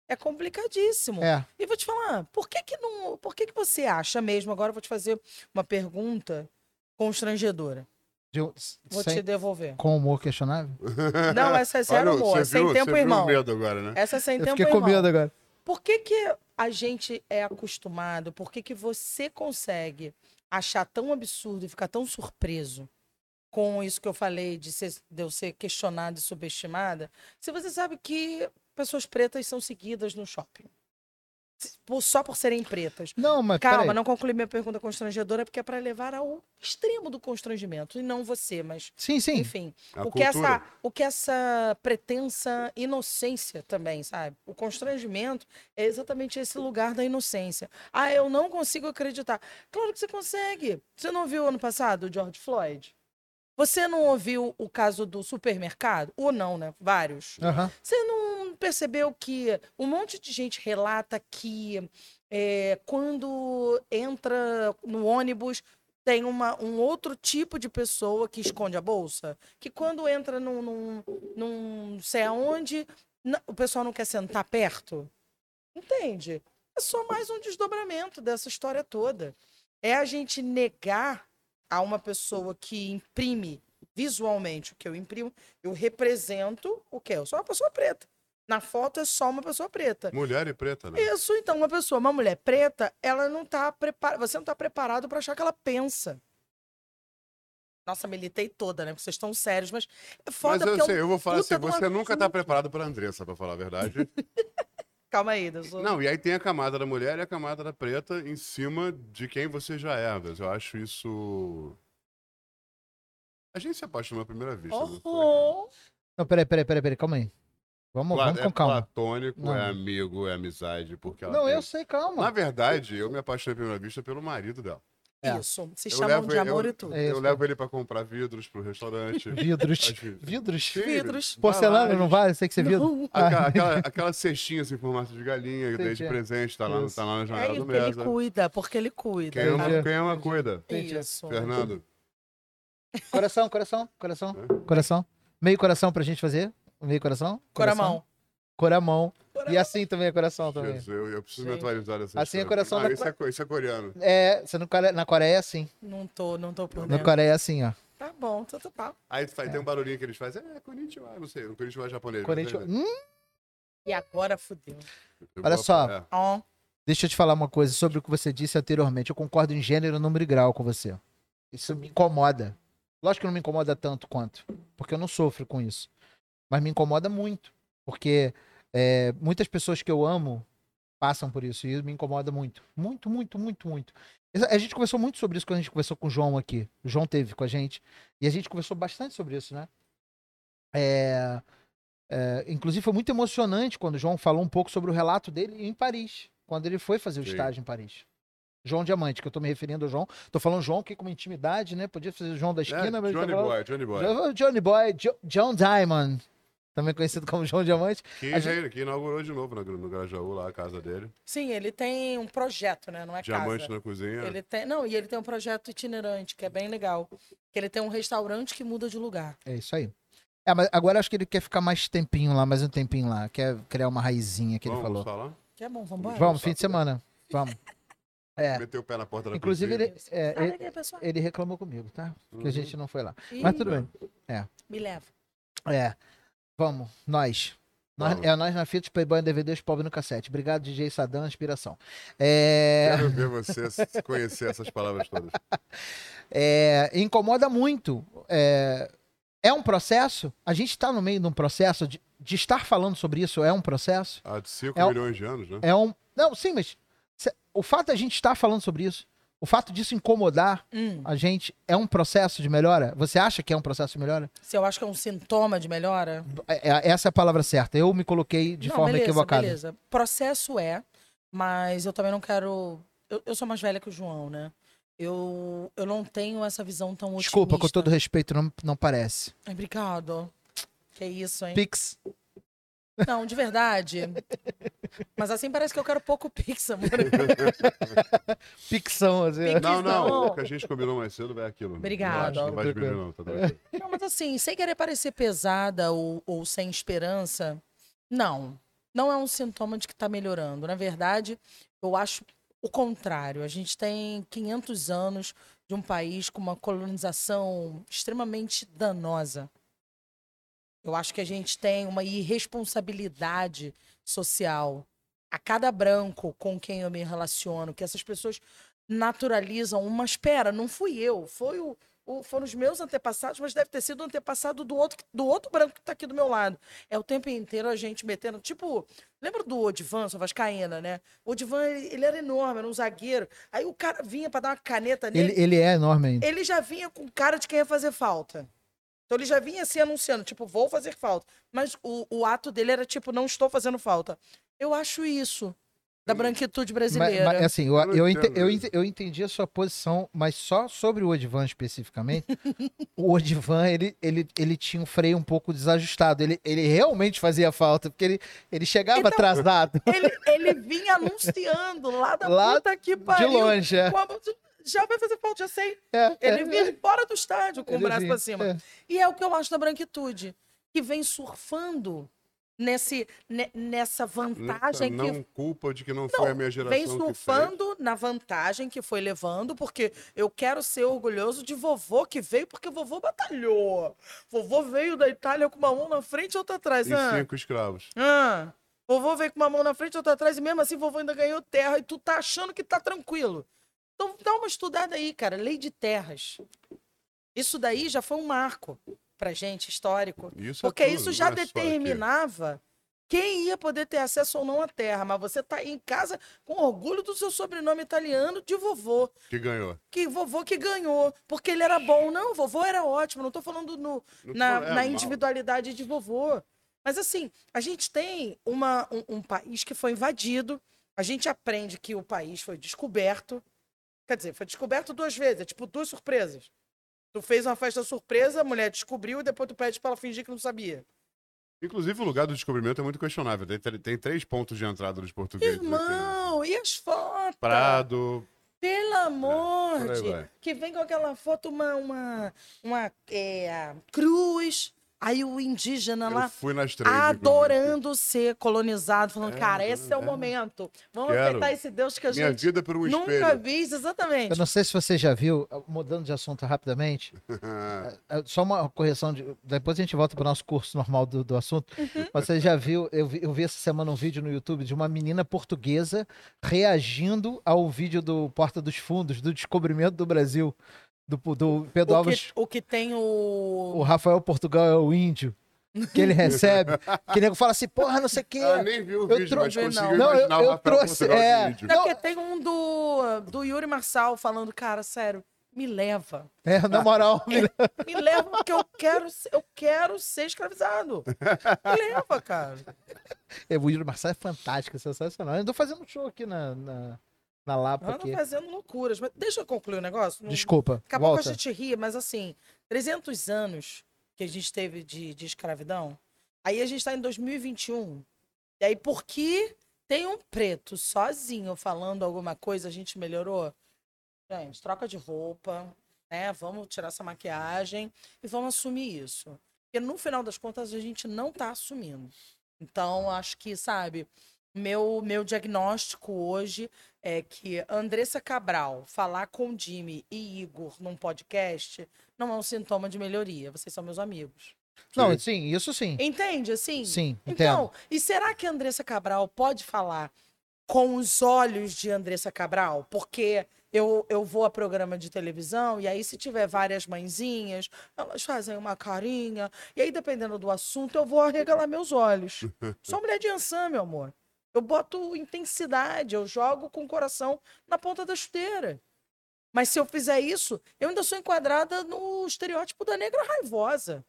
[SPEAKER 3] É complicadíssimo.
[SPEAKER 1] É,
[SPEAKER 3] E vou te falar, por que que não, por que que você acha mesmo? Agora eu vou te fazer uma pergunta constrangedora.
[SPEAKER 1] de um-
[SPEAKER 3] Vou
[SPEAKER 1] sem-
[SPEAKER 3] te
[SPEAKER 1] [laughs]
[SPEAKER 3] devolver.
[SPEAKER 1] com humor questionável?
[SPEAKER 3] Não,
[SPEAKER 2] [laughs]
[SPEAKER 3] essa é zero
[SPEAKER 2] Olha,
[SPEAKER 3] humor,
[SPEAKER 2] você
[SPEAKER 3] sem
[SPEAKER 2] viu,
[SPEAKER 3] tempo,
[SPEAKER 2] você
[SPEAKER 3] irmão.
[SPEAKER 2] Viu o medo agora, né?
[SPEAKER 3] Essa é sem
[SPEAKER 1] Eu
[SPEAKER 3] tempo,
[SPEAKER 1] fiquei com
[SPEAKER 3] irmão.
[SPEAKER 1] medo agora.
[SPEAKER 3] Por que, que a gente é acostumado? Por que, que você consegue achar tão absurdo e ficar tão surpreso com isso que eu falei de, ser, de eu ser questionada e subestimada? Se você sabe que pessoas pretas são seguidas no shopping. Se- por- Só por serem pretas.
[SPEAKER 1] Não, mas
[SPEAKER 3] Calma,
[SPEAKER 1] peraí.
[SPEAKER 3] não concluí minha pergunta constrangedora, porque é para levar ao extremo do constrangimento. E não você, mas.
[SPEAKER 1] Sim, sim.
[SPEAKER 3] Enfim
[SPEAKER 2] A
[SPEAKER 3] o que, essa,
[SPEAKER 2] cultura.
[SPEAKER 3] o que essa pretensa inocência também, sabe? O constrangimento é exatamente esse lugar da inocência. Ah, eu não consigo acreditar. Claro que você consegue. Você não viu ano passado o George Floyd? Você não ouviu o caso do supermercado? Ou não, né? Vários.
[SPEAKER 1] Aham.
[SPEAKER 3] Você não percebeu que um monte de gente relata que é, quando entra no ônibus tem uma, um outro tipo de pessoa que esconde a bolsa? Que quando entra num, num, num não sei aonde, na- o pessoal não quer sentar perto? Entende? É só mais um desdobramento dessa história toda. É a gente negar a uma pessoa que imprime visualmente o que eu imprimo, eu represento o que? é. Eu sou uma pessoa preta. Na foto é só uma pessoa preta.
[SPEAKER 2] Mulher e preta, né?
[SPEAKER 3] Isso, então, uma pessoa, uma mulher preta, ela não tá preparada. Você não tá preparado para achar que ela pensa. Nossa, militei toda, né? Porque vocês estão sérios, mas é
[SPEAKER 2] Mas eu
[SPEAKER 3] foda porque
[SPEAKER 2] sei,
[SPEAKER 3] eu...
[SPEAKER 2] eu vou falar
[SPEAKER 3] puta
[SPEAKER 2] assim,
[SPEAKER 3] de um
[SPEAKER 2] você nunca tá
[SPEAKER 3] absurdo.
[SPEAKER 2] preparado pra Andressa, pra falar a verdade.
[SPEAKER 3] Calma aí, Deus.
[SPEAKER 2] Não, e aí tem a camada da mulher e a camada da preta em cima de quem você já é, mas eu acho isso... A gente se apaixona à primeira vista. né?
[SPEAKER 3] Oh,
[SPEAKER 1] Não, peraí, peraí, peraí, peraí, calma aí. Vamos,
[SPEAKER 2] Pla-
[SPEAKER 1] vamos
[SPEAKER 2] é
[SPEAKER 1] com calma.
[SPEAKER 2] platônico,
[SPEAKER 1] Não.
[SPEAKER 2] é amigo, é amizade, porque ela
[SPEAKER 1] Não,
[SPEAKER 2] tem-
[SPEAKER 1] eu sei,
[SPEAKER 2] Na
[SPEAKER 1] calma.
[SPEAKER 2] verdade, eu me apaixonei à primeira vista pelo marido dela.
[SPEAKER 1] É.
[SPEAKER 3] Isso. Se
[SPEAKER 2] Eu
[SPEAKER 3] chamam
[SPEAKER 2] levo-
[SPEAKER 3] de amor
[SPEAKER 2] eu-
[SPEAKER 3] e tudo.
[SPEAKER 1] É
[SPEAKER 2] eu
[SPEAKER 1] isso.
[SPEAKER 2] levo ele pra comprar vidros
[SPEAKER 1] [laughs]
[SPEAKER 2] pro restaurante.
[SPEAKER 1] Vidros.
[SPEAKER 2] Às vezes.
[SPEAKER 1] Vidros.
[SPEAKER 2] Sim,
[SPEAKER 3] Vidros.
[SPEAKER 2] vai lá,
[SPEAKER 1] Porcelana, não vale? Sei que você é [laughs] vidro.
[SPEAKER 3] Não.
[SPEAKER 2] Aquela, aquela, aquelas cestinhas em formato de galinha, que
[SPEAKER 1] Entendi.
[SPEAKER 2] dei de presente, tá lá,
[SPEAKER 1] Isso.
[SPEAKER 2] tá lá na
[SPEAKER 3] É
[SPEAKER 2] janela
[SPEAKER 3] isso,
[SPEAKER 2] do
[SPEAKER 3] ele
[SPEAKER 2] mesa.
[SPEAKER 3] cuida, porque ele cuida. É
[SPEAKER 2] Quem ama,
[SPEAKER 1] Entendi.
[SPEAKER 2] quem ama, cuida.
[SPEAKER 1] Entendi.
[SPEAKER 3] Isso.
[SPEAKER 2] Fernando,
[SPEAKER 1] Coração, coração, coração,
[SPEAKER 2] É.
[SPEAKER 1] coração. Meio coração pra gente fazer. Meio coração.
[SPEAKER 3] Coramão.
[SPEAKER 1] Coramão. E assim também é coração também.
[SPEAKER 2] Jesus, eu, eu preciso me
[SPEAKER 3] Sim.
[SPEAKER 2] atualizar dessa
[SPEAKER 1] Assim é
[SPEAKER 2] história.
[SPEAKER 1] coração
[SPEAKER 2] Ah,
[SPEAKER 1] da-
[SPEAKER 2] isso, é, co- isso é coreano.
[SPEAKER 1] É, você no Core- na Coreia é assim.
[SPEAKER 3] Não tô, não tô por
[SPEAKER 1] Na
[SPEAKER 3] dentro.
[SPEAKER 1] Coreia é assim, ó.
[SPEAKER 3] Tá bom, tá, tá, tá.
[SPEAKER 2] Aí faz, tem um barulhinho que eles fazem. É, konnichiwa, não sei. Konnichiwa é japonês.
[SPEAKER 1] Corinthians.
[SPEAKER 2] mas é-
[SPEAKER 1] Hum,
[SPEAKER 3] E agora fudeu.
[SPEAKER 2] eu
[SPEAKER 1] Olha
[SPEAKER 2] vou-
[SPEAKER 1] só.
[SPEAKER 2] é.
[SPEAKER 3] Ó.
[SPEAKER 1] deixa eu te falar uma coisa sobre o que você disse anteriormente. Eu concordo em gênero, número e grau com você. Isso me incomoda. Lógico que não me incomoda tanto quanto, porque eu não sofro com isso. Mas me incomoda muito, porque é, muitas pessoas que eu amo passam por isso e isso me incomoda muito. Muito, muito, muito, muito. Exa- A gente conversou muito sobre isso quando a gente conversou com o João aqui. O João teve com a gente e a gente conversou bastante sobre isso, né? É, É, inclusive, foi muito emocionante quando o João falou um pouco sobre o relato dele em Paris, quando ele foi fazer o
[SPEAKER 2] Sim.
[SPEAKER 1] estágio em Paris. João Diamante, que eu tô me referindo ao João. Tô falando João aqui com uma intimidade, né? Podia fazer o João da esquina,
[SPEAKER 2] É,
[SPEAKER 1] mas
[SPEAKER 2] Johnny
[SPEAKER 1] tá falando-
[SPEAKER 2] Boy, Johnny Boy.
[SPEAKER 1] Jo- Johnny Boy, Jo- John Diamond, também conhecido como João Diamante.
[SPEAKER 2] Que,
[SPEAKER 1] a gente-
[SPEAKER 2] re- que inaugurou de novo na- no Grajaú, lá a casa dele.
[SPEAKER 3] Sim, ele tem um projeto, né? Não é
[SPEAKER 2] Diamante
[SPEAKER 3] casa.
[SPEAKER 2] na cozinha.
[SPEAKER 3] Ele tem, não, e ele tem um projeto itinerante, que é bem legal. Que ele tem um restaurante que muda de lugar.
[SPEAKER 1] É isso aí. É, mas agora eu acho que ele quer ficar mais tempinho lá, mais um tempinho lá. Quer criar uma raizinha que ele
[SPEAKER 2] Vamos
[SPEAKER 1] falou.
[SPEAKER 2] falar?
[SPEAKER 3] Que é bom, vambora.
[SPEAKER 2] Vamos.
[SPEAKER 1] Vamos, fim de
[SPEAKER 2] sábado.
[SPEAKER 1] semana. Vamos. É.
[SPEAKER 2] Meteu o pé na porta da
[SPEAKER 1] Inclusive,
[SPEAKER 2] cozinha.
[SPEAKER 1] ele, é,
[SPEAKER 3] Sabe
[SPEAKER 1] ele,
[SPEAKER 3] aquele pessoal?
[SPEAKER 1] ele reclamou comigo, tá? Que a
[SPEAKER 2] Uhum.
[SPEAKER 1] gente não foi lá.
[SPEAKER 3] Ih,
[SPEAKER 1] Mas tudo bem.
[SPEAKER 3] Me leva.
[SPEAKER 1] É. Vamos, nós. Nós-
[SPEAKER 2] Vamos.
[SPEAKER 1] É nós na fita, os Playboy em DVD, os pobre no cassete. Obrigado, DJ Sadam, inspiração. É,
[SPEAKER 2] Quero ver você s- conhecer essas palavras todas.
[SPEAKER 1] é, incomoda muito. É, é um processo? A gente está no meio de um processo? De, de estar falando sobre isso é um processo?
[SPEAKER 2] Há 5
[SPEAKER 1] É o-
[SPEAKER 2] milhões de anos, né?
[SPEAKER 1] É um. Não, sim, mas se- o fato de a gente estar falando sobre isso, o fato disso incomodar
[SPEAKER 3] Hum,
[SPEAKER 1] a gente, é um processo de melhora? Você acha que é um processo de melhora?
[SPEAKER 3] se eu acho que é um sintoma de melhora.
[SPEAKER 1] É- é- essa é a palavra certa. Eu me coloquei de
[SPEAKER 3] Não,
[SPEAKER 1] forma
[SPEAKER 3] beleza,
[SPEAKER 1] equivocada.
[SPEAKER 3] Beleza. Processo é, mas eu também não quero. Eu, eu sou mais velha que o João, né? Eu, eu não tenho essa visão tão Um otimista.
[SPEAKER 1] Desculpa, com todo respeito, não, não parece.
[SPEAKER 3] Ai, Obrigado. Que isso, hein?
[SPEAKER 1] Pix.
[SPEAKER 3] Não,
[SPEAKER 1] [laughs]
[SPEAKER 3] de verdade. Mas assim parece que eu quero pouco pix, amor.
[SPEAKER 1] Pixão, assim.
[SPEAKER 3] Pix.
[SPEAKER 2] Não, não,
[SPEAKER 3] Não.
[SPEAKER 2] o que a gente combinou mais cedo é aquilo.
[SPEAKER 3] Obrigada.
[SPEAKER 2] Não, acho, não vai beber, não. Tá doido.
[SPEAKER 3] Não, mas assim, sem querer parecer pesada ou, ou sem esperança, não. Não é um sintoma de que está melhorando. Na verdade, eu acho o contrário. A gente tem 500 anos de um país com uma colonização extremamente danosa. Eu acho que a gente tem uma irresponsabilidade social. A cada branco com quem eu me relaciono, que essas pessoas naturalizam uma espera, não fui eu, foi o, o- foram os meus antepassados, mas deve ter sido o antepassado do outro, do outro branco que está aqui do meu lado. É o tempo inteiro a gente metendo, tipo, lembra do Odivan, sua vascaína, né? O Odivan, ele, ele era enorme, era um zagueiro. Aí o cara vinha para dar uma caneta nele
[SPEAKER 1] Ele, ele é enorme ainda.
[SPEAKER 3] ele já vinha com cara de quem ia fazer falta. Então ele já vinha se anunciando, tipo, vou fazer falta. Mas o, o ato dele era tipo, não estou fazendo falta. Eu acho isso da branquitude brasileira.
[SPEAKER 1] Hum. Mas, mas, assim, eu,
[SPEAKER 2] Eu não
[SPEAKER 1] eu, ente-
[SPEAKER 2] entendo
[SPEAKER 1] eu,
[SPEAKER 2] isso.
[SPEAKER 1] ente- eu entendi a sua posição, mas só sobre o Odivan
[SPEAKER 3] [laughs]
[SPEAKER 1] especificamente. o Odivan, ele, ele, ele tinha um freio um pouco desajustado. Ele, ele realmente fazia falta, porque ele, ele chegava
[SPEAKER 3] Então,
[SPEAKER 1] atrasado,
[SPEAKER 3] ele, ele vinha anunciando lá da
[SPEAKER 1] Lá
[SPEAKER 3] puta que
[SPEAKER 1] de
[SPEAKER 3] [laughs] pariu.
[SPEAKER 1] longe. é.
[SPEAKER 3] Como- já vai fazer falta, já sei.
[SPEAKER 1] É,
[SPEAKER 3] Ele
[SPEAKER 1] é.
[SPEAKER 3] vinha fora do estádio com
[SPEAKER 1] Ele
[SPEAKER 3] o braço
[SPEAKER 1] vinha,
[SPEAKER 3] pra cima.
[SPEAKER 1] é.
[SPEAKER 3] E é o que eu acho da branquitude, que vem surfando nesse, ne- nessa vantagem
[SPEAKER 2] não
[SPEAKER 3] que
[SPEAKER 2] culpa de que não, foi a minha geração
[SPEAKER 3] Vem
[SPEAKER 2] que
[SPEAKER 3] surfando na vantagem que foi levando, porque eu quero ser orgulhoso de vovô que veio, porque vovô batalhou. Vovô veio da Itália com uma mão na frente e outra atrás.
[SPEAKER 2] fez.
[SPEAKER 3] Ah,
[SPEAKER 2] E cinco escravos.
[SPEAKER 3] ah. Vovô veio com uma mão na frente e outra atrás, e mesmo assim vovô ainda ganhou terra, e tu tá achando que tá tranquilo. Então dá uma estudada aí, cara. Lei de terras. Isso daí já foi um marco pra gente, histórico.
[SPEAKER 2] Isso é
[SPEAKER 3] Porque
[SPEAKER 2] tudo,
[SPEAKER 3] isso
[SPEAKER 2] não é
[SPEAKER 3] já
[SPEAKER 2] só aqui.
[SPEAKER 3] determinava quem ia poder ter acesso ou não à terra. Mas você tá aí em casa com orgulho do seu sobrenome italiano de vovô.
[SPEAKER 2] Que ganhou.
[SPEAKER 3] Que vovô que ganhou. Porque ele era bom. Não, vovô era ótimo. Não tô falando no,
[SPEAKER 2] Não
[SPEAKER 3] na,
[SPEAKER 2] tô- é,
[SPEAKER 3] na
[SPEAKER 2] mal.
[SPEAKER 3] individualidade de vovô. Mas assim, a gente tem uma, um, um país que foi invadido. A gente aprende que o país foi descoberto. Quer dizer, foi descoberto duas vezes. É tipo duas surpresas. Tu fez uma festa surpresa, a mulher descobriu e depois tu pede pra ela fingir que não sabia.
[SPEAKER 2] Inclusive, o lugar do descobrimento é muito questionável. Tem, tre- tem três pontos de entrada dos portugueses. aqui, né?
[SPEAKER 3] Irmão, e as fotos?
[SPEAKER 2] Prado.
[SPEAKER 3] Pelo
[SPEAKER 2] É, por
[SPEAKER 3] amor
[SPEAKER 2] aí
[SPEAKER 3] de...
[SPEAKER 2] vai.
[SPEAKER 3] Que vem com aquela foto, uma, uma, uma é, cruz. Aí o indígena
[SPEAKER 2] Eu
[SPEAKER 3] tá lá
[SPEAKER 2] fui nas três. inclusive.
[SPEAKER 3] adorando ser colonizado, falando,
[SPEAKER 2] É,
[SPEAKER 3] cara, esse é, o
[SPEAKER 2] é.
[SPEAKER 3] momento. Vamos
[SPEAKER 2] Quero.
[SPEAKER 3] aceitar esse Deus que a
[SPEAKER 2] Minha
[SPEAKER 3] gente
[SPEAKER 2] vida por um
[SPEAKER 3] nunca
[SPEAKER 2] espelho.
[SPEAKER 3] viu.
[SPEAKER 1] Eu
[SPEAKER 3] Exatamente.
[SPEAKER 1] não sei se você já viu, mudando de assunto rapidamente,
[SPEAKER 2] [laughs]
[SPEAKER 1] é, só uma correção, de- depois a gente volta para o nosso curso normal do, do assunto.
[SPEAKER 3] Uhum.
[SPEAKER 1] Mas Você já viu, eu vi, eu vi essa semana um vídeo no YouTube de uma menina portuguesa reagindo ao vídeo do Porta dos Fundos, do descobrimento do Brasil, do, do Pedro
[SPEAKER 3] O
[SPEAKER 1] Alves.
[SPEAKER 3] que, o que tem
[SPEAKER 1] O
[SPEAKER 3] o...
[SPEAKER 1] Rafael Portugal é o índio que
[SPEAKER 3] [laughs]
[SPEAKER 1] ele recebe. que nego fala assim, porra, não sei o quê.
[SPEAKER 2] Ela nem viu o
[SPEAKER 1] Eu
[SPEAKER 2] vídeo, mas
[SPEAKER 3] trouxe-
[SPEAKER 2] conseguiu
[SPEAKER 3] não.
[SPEAKER 1] Não, eu-
[SPEAKER 2] imaginar
[SPEAKER 1] eu
[SPEAKER 2] o Rafael
[SPEAKER 1] trouxe-
[SPEAKER 2] Portugal de
[SPEAKER 1] é.
[SPEAKER 2] índio.
[SPEAKER 1] Não,
[SPEAKER 3] Não, porque tem um do, do Yuri Marçal falando, cara, sério, me leva.
[SPEAKER 1] É, na moral. [laughs]
[SPEAKER 3] Me leva porque eu quero, ser- eu quero ser escravizado. Me leva, cara.
[SPEAKER 1] é, o William Marçal é fantástico, é sensacional. Eu tô fazendo um show aqui na, na, na Lapa.
[SPEAKER 3] Anda
[SPEAKER 1] Aqui.
[SPEAKER 3] fazendo loucuras. Mas deixa eu concluir o negócio. Não-
[SPEAKER 1] Desculpa,
[SPEAKER 3] Daqui a pouco a
[SPEAKER 1] volta.
[SPEAKER 3] gente ri, mas assim, 300 anos que a gente teve de, de escravidão, aí a gente tá em 2021. E aí, porque tem um preto sozinho falando alguma coisa, a gente melhorou? Gente, troca de roupa, né? Vamos tirar essa maquiagem e vamos assumir isso. Porque no final das contas, a gente não tá assumindo. Então, acho que, sabe, meu, meu diagnóstico hoje é que Andressa Cabral falar com Jimmy e Igor num podcast não é um sintoma de melhoria. Vocês são meus amigos.
[SPEAKER 1] Não, sim, isso sim.
[SPEAKER 3] Entende assim?
[SPEAKER 1] Sim, entendo.
[SPEAKER 3] Então, e será que Andressa Cabral pode falar com os olhos de Andressa Cabral? Porque eu, eu vou a programa de televisão e aí se tiver várias mãezinhas, elas fazem uma carinha e aí dependendo do assunto eu vou arregalar meus olhos. Sou mulher de ançã, meu amor. Eu boto intensidade, eu jogo com o coração na ponta da chuteira. Mas se eu fizer isso, eu ainda sou enquadrada no estereótipo da negra raivosa.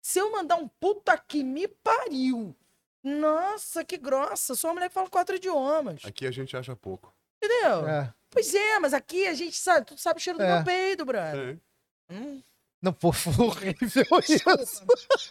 [SPEAKER 3] Se eu mandar um puta que me pariu. Nossa, que grossa. Sou uma mulher que fala quatro idiomas.
[SPEAKER 2] Aqui a gente acha pouco.
[SPEAKER 3] Entendeu?
[SPEAKER 1] É.
[SPEAKER 3] Pois é, mas aqui a gente sabe, tu sabe o cheiro do
[SPEAKER 1] É.
[SPEAKER 3] meu peido, brother.
[SPEAKER 2] É.
[SPEAKER 3] Hum,
[SPEAKER 1] Não, pô, foi horrível isso.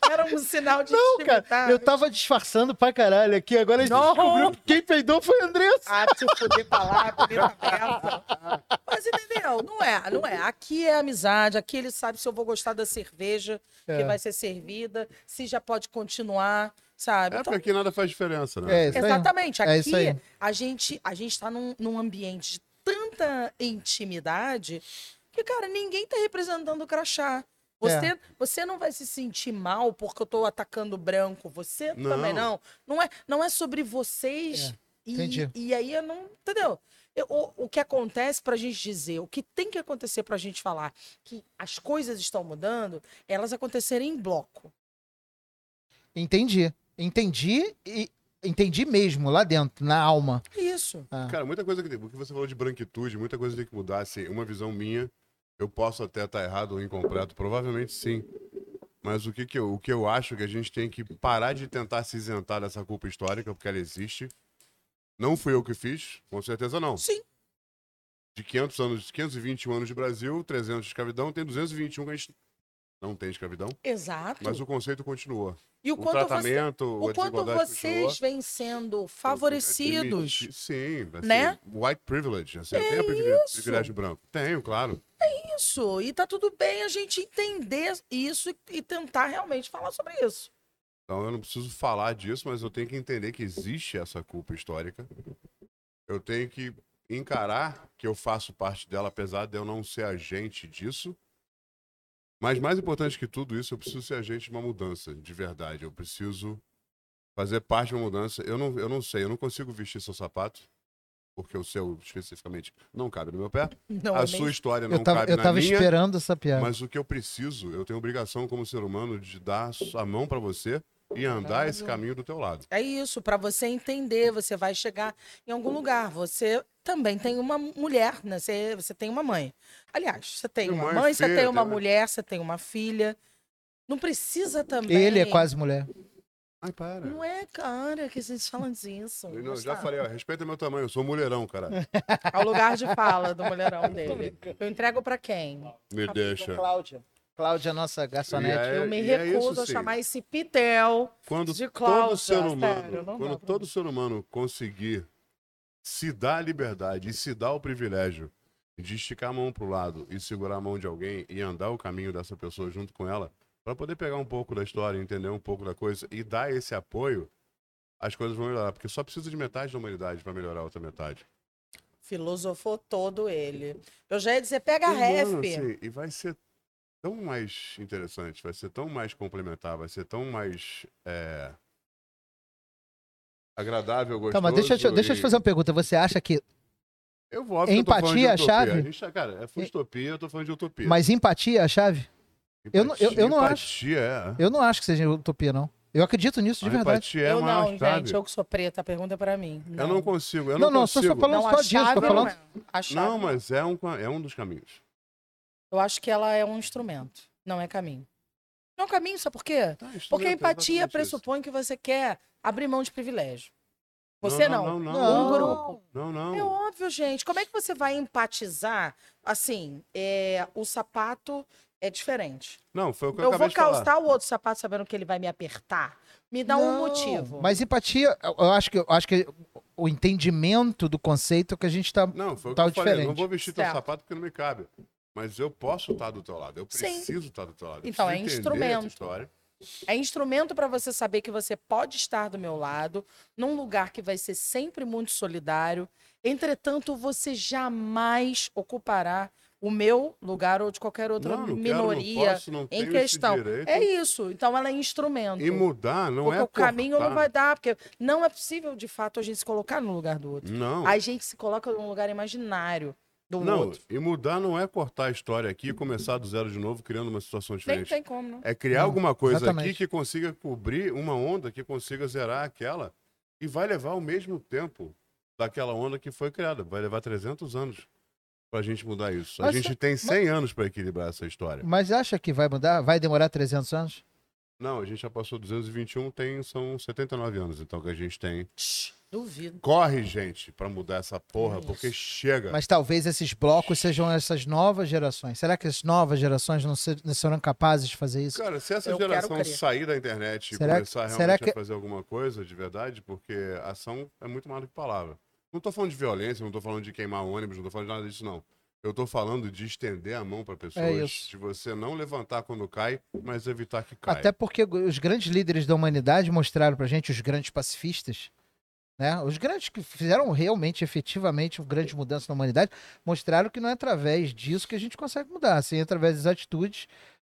[SPEAKER 3] era um sinal de
[SPEAKER 1] [laughs] Não, cara,
[SPEAKER 3] intimidade.
[SPEAKER 1] eu tava disfarçando pra caralho aqui. Agora a gente
[SPEAKER 3] Não.
[SPEAKER 1] descobriu que quem peidou foi a Andressa.
[SPEAKER 3] Ah, se eu poder falar, primeira aberta. Mas entendeu? Não é, não é. Aqui é amizade, aqui ele sabe se eu vou gostar da cerveja
[SPEAKER 1] É.
[SPEAKER 3] que vai ser servida, se já pode continuar, sabe?
[SPEAKER 2] É
[SPEAKER 3] Então,
[SPEAKER 2] porque aqui nada faz diferença, né?
[SPEAKER 1] É, isso aí.
[SPEAKER 3] Exatamente.
[SPEAKER 1] É isso
[SPEAKER 3] Aqui
[SPEAKER 1] aí.
[SPEAKER 3] a gente a gente está num, num ambiente de tanta intimidade que, cara, ninguém tá representando o crachá. Você,
[SPEAKER 1] É.
[SPEAKER 3] você não vai se sentir mal porque eu tô atacando o branco. Você
[SPEAKER 2] Não.
[SPEAKER 3] também não. Não é, não é sobre vocês.
[SPEAKER 1] É, entendi.
[SPEAKER 3] e, e aí eu não. Entendeu? Eu- o, o que acontece pra gente dizer, o que tem que acontecer pra gente falar que as coisas estão mudando, é elas acontecerem em bloco.
[SPEAKER 1] Entendi. Entendi e entendi mesmo lá dentro, na alma.
[SPEAKER 3] Isso.
[SPEAKER 2] Cara, muita coisa que tem. Porque você falou de branquitude, muita coisa tem que mudar. Assim, uma visão minha, eu posso até estar errado ou incompleto, provavelmente sim. Mas o que, que, eu, o que eu acho que a gente tem que parar de tentar se isentar dessa culpa histórica, porque ela existe. Não fui eu que fiz, com certeza não.
[SPEAKER 3] Sim.
[SPEAKER 2] De 500 anos, 521 anos de Brasil, 300 de escravidão, tem 221 que a gente não tem escravidão,
[SPEAKER 3] Exato.
[SPEAKER 2] mas o conceito continuou.
[SPEAKER 3] e o,
[SPEAKER 2] O,
[SPEAKER 3] quanto você
[SPEAKER 2] tratamento, a
[SPEAKER 3] o quanto
[SPEAKER 2] desigualdade continuou.
[SPEAKER 3] vocês vêm
[SPEAKER 2] é
[SPEAKER 3] sendo favorecidos.
[SPEAKER 2] Admiti- Sim, assim,
[SPEAKER 3] né?
[SPEAKER 2] White privilege. Assim,
[SPEAKER 3] É
[SPEAKER 2] tem a privilégio,
[SPEAKER 3] isso.
[SPEAKER 2] privilégio branco. Tenho, claro.
[SPEAKER 3] Isso, e tá tudo bem a gente entender isso e- e tentar realmente falar sobre isso.
[SPEAKER 2] Então eu não preciso falar disso, mas eu tenho que entender que existe essa culpa histórica. Eu tenho que encarar que eu faço parte dela, apesar de eu não ser agente disso. Mas mais importante que tudo isso, eu preciso ser agente de uma mudança, de verdade. Eu preciso fazer parte de uma mudança. Eu não, eu não sei, eu não consigo vestir seu sapato, porque o seu especificamente não cabe no meu pé.
[SPEAKER 3] Não,
[SPEAKER 2] a
[SPEAKER 3] é
[SPEAKER 2] sua
[SPEAKER 3] nem...
[SPEAKER 2] história não
[SPEAKER 1] Eu tava,
[SPEAKER 2] cabe
[SPEAKER 1] eu
[SPEAKER 2] na
[SPEAKER 1] tava
[SPEAKER 2] minha.
[SPEAKER 1] esperando essa piada.
[SPEAKER 2] Mas o que eu preciso, eu tenho obrigação como ser humano de dar a mão pra você e andar esse caminho do teu lado.
[SPEAKER 3] É isso, pra você entender, você vai chegar em algum lugar. Você também tem uma mulher, né? Você, você tem uma mãe. Aliás, você tem
[SPEAKER 2] Tem
[SPEAKER 3] uma
[SPEAKER 2] mãe,
[SPEAKER 3] mãe, você
[SPEAKER 2] filha,
[SPEAKER 3] tem uma
[SPEAKER 2] tem-
[SPEAKER 3] mulher, você tem uma filha. Não precisa também.
[SPEAKER 1] Ele é quase mulher.
[SPEAKER 2] Ai, para.
[SPEAKER 3] Não é, cara, que vocês falam disso.
[SPEAKER 2] Eu
[SPEAKER 3] não é
[SPEAKER 2] não- já
[SPEAKER 3] sabe?
[SPEAKER 2] falei, ó, respeita meu tamanho, eu sou um mulherão, cara.
[SPEAKER 3] É o lugar de fala do mulherão dele. Eu entrego pra quem?
[SPEAKER 2] Me deixa.
[SPEAKER 1] Cláudia. Cláudia, é nossa garçonete.
[SPEAKER 2] E aí-
[SPEAKER 3] Eu me
[SPEAKER 2] e é
[SPEAKER 3] recuso
[SPEAKER 2] isso,
[SPEAKER 3] a
[SPEAKER 2] sim.
[SPEAKER 3] chamar esse pitel.
[SPEAKER 2] Quando
[SPEAKER 3] De
[SPEAKER 2] todo
[SPEAKER 3] Cláudia,
[SPEAKER 2] ser humano,
[SPEAKER 3] sério, não dá
[SPEAKER 2] quando
[SPEAKER 3] pra
[SPEAKER 2] todo ser humano conseguir se dar a liberdade e se dar o privilégio de esticar a mão pro lado e segurar a mão de alguém e andar o caminho dessa pessoa junto com ela, pra poder pegar um pouco da história, entender um pouco da coisa e dar esse apoio, as coisas vão melhorar, porque só precisa de metade da humanidade pra melhorar a outra metade.
[SPEAKER 3] Filosofou todo ele. Eu já ia dizer, pega a
[SPEAKER 2] E, mano,
[SPEAKER 3] ref.
[SPEAKER 2] assim, um e vai ser tão mais interessante, vai ser tão mais complementar, vai ser tão mais é, agradável, é gostoso.
[SPEAKER 1] Tá, mas deixa eu, te, deixa eu te
[SPEAKER 2] e-
[SPEAKER 1] fazer uma pergunta. Você acha que.
[SPEAKER 2] Eu vou, óbvio, que eu tô
[SPEAKER 1] Empatia
[SPEAKER 2] falando de
[SPEAKER 1] é a
[SPEAKER 2] utopia.
[SPEAKER 1] chave?
[SPEAKER 2] A gente tá- cara, é futopia, eu tô falando de utopia.
[SPEAKER 1] Mas empatia é a chave? eu não- eu- eu não acho.
[SPEAKER 2] Empatia é.
[SPEAKER 1] Eu não acho que seja utopia, não. Eu acredito nisso de
[SPEAKER 2] A
[SPEAKER 1] verdade.
[SPEAKER 2] Empatia é
[SPEAKER 3] eu
[SPEAKER 2] a maior
[SPEAKER 3] não,
[SPEAKER 2] chave.
[SPEAKER 3] gente, eu que sou preta, a pergunta é pra mim. Não.
[SPEAKER 2] Eu não consigo, eu
[SPEAKER 1] Não,
[SPEAKER 2] não,
[SPEAKER 1] não, eu tô
[SPEAKER 2] consigo.
[SPEAKER 1] só falando- só
[SPEAKER 3] não, a
[SPEAKER 1] disso, tô
[SPEAKER 3] chave
[SPEAKER 1] falando-
[SPEAKER 3] não é. A chave
[SPEAKER 2] Não, mas é um, é um dos caminhos.
[SPEAKER 3] Eu acho que ela é um instrumento, não é caminho. Não é caminho, sabe por quê?
[SPEAKER 2] Tá, instrumento,
[SPEAKER 3] Porque a
[SPEAKER 2] é
[SPEAKER 3] empatia
[SPEAKER 2] exatamente
[SPEAKER 3] pressupõe que você quer abrir mão de privilégio. Você não.
[SPEAKER 2] Não,
[SPEAKER 3] Um
[SPEAKER 2] não,
[SPEAKER 1] Não.
[SPEAKER 2] não. Não, não.
[SPEAKER 3] É óbvio, gente. Como é que você vai empatizar? Assim, é, o sapato é diferente.
[SPEAKER 2] Não, foi o que eu,
[SPEAKER 3] Eu,
[SPEAKER 2] acabei
[SPEAKER 3] vou
[SPEAKER 2] de falar.
[SPEAKER 3] causar o outro sapato sabendo que ele vai me apertar. Me dá um motivo.
[SPEAKER 1] Mas empatia, eu eu acho que, eu acho que o entendimento do conceito é que a gente tá.
[SPEAKER 2] Não, foi o que
[SPEAKER 1] Tá
[SPEAKER 2] eu falei.
[SPEAKER 1] diferente.
[SPEAKER 2] Não vou vestir teu
[SPEAKER 3] Certo.
[SPEAKER 2] sapato porque não me cabe. Mas eu posso estar do teu lado. Eu
[SPEAKER 3] Sim.
[SPEAKER 2] preciso estar do teu lado. eu
[SPEAKER 3] Então,
[SPEAKER 2] preciso
[SPEAKER 3] é
[SPEAKER 2] entender
[SPEAKER 3] instrumento.
[SPEAKER 2] essa História.
[SPEAKER 3] É instrumento para você saber que você pode estar do meu lado, num lugar que vai ser sempre muito solidário. Entretanto, você jamais ocupará o meu lugar ou de qualquer outra
[SPEAKER 2] não, não quero, não
[SPEAKER 3] minoria
[SPEAKER 2] posso, não tenho
[SPEAKER 3] em
[SPEAKER 2] esse
[SPEAKER 3] questão.
[SPEAKER 2] direito.
[SPEAKER 3] É isso. Então, ela é instrumento.
[SPEAKER 2] E mudar não
[SPEAKER 3] porque
[SPEAKER 2] é
[SPEAKER 3] o caminho não
[SPEAKER 2] cortar.
[SPEAKER 3] vai dar, porque não é possível, de fato, a gente se colocar no lugar do outro.
[SPEAKER 2] Não,
[SPEAKER 3] A gente se coloca num lugar imaginário do
[SPEAKER 2] não.
[SPEAKER 3] um outro.
[SPEAKER 2] E mudar não é cortar a história aqui e começar do zero de novo, criando uma situação
[SPEAKER 3] Nem
[SPEAKER 2] diferente.
[SPEAKER 3] tem como, né? não.
[SPEAKER 2] É criar
[SPEAKER 1] Não,
[SPEAKER 2] alguma coisa
[SPEAKER 1] exatamente.
[SPEAKER 2] aqui que consiga cobrir uma onda, que consiga zerar aquela. E vai levar o mesmo tempo daquela onda que foi criada. Vai levar 300 anos pra gente mudar isso.
[SPEAKER 1] Mas
[SPEAKER 2] a gente
[SPEAKER 1] se-
[SPEAKER 2] tem 100 anos pra equilibrar essa história.
[SPEAKER 1] Mas acha que vai mudar? Vai demorar 300 anos?
[SPEAKER 2] Não, a gente já passou 221, tem, são 79 anos, então, que a gente tem.
[SPEAKER 3] Tch, Duvido.
[SPEAKER 2] Corre, gente, pra mudar essa porra, porque chega.
[SPEAKER 1] Mas talvez esses blocos sejam essas novas gerações. Será que as novas gerações não, se- não serão capazes de fazer isso?
[SPEAKER 2] Cara, se essa
[SPEAKER 3] Eu quero
[SPEAKER 2] geração
[SPEAKER 3] crer.
[SPEAKER 2] sair da internet e
[SPEAKER 1] Será que-
[SPEAKER 2] começar
[SPEAKER 1] será
[SPEAKER 2] realmente
[SPEAKER 1] que-
[SPEAKER 2] a fazer alguma coisa de verdade, porque ação é muito mais do que palavra. Não tô falando de violência, não tô falando de queimar ônibus, não tô falando de nada disso, não. Eu tô falando de estender a mão pra pessoas,
[SPEAKER 1] É isso.
[SPEAKER 2] de você não levantar quando cai, mas evitar que caia.
[SPEAKER 1] Até porque os grandes líderes da humanidade mostraram pra gente, os grandes pacifistas, né? Os grandes que fizeram realmente, efetivamente, uma grande mudança na humanidade, mostraram que não é através disso que a gente consegue mudar, assim, é através das atitudes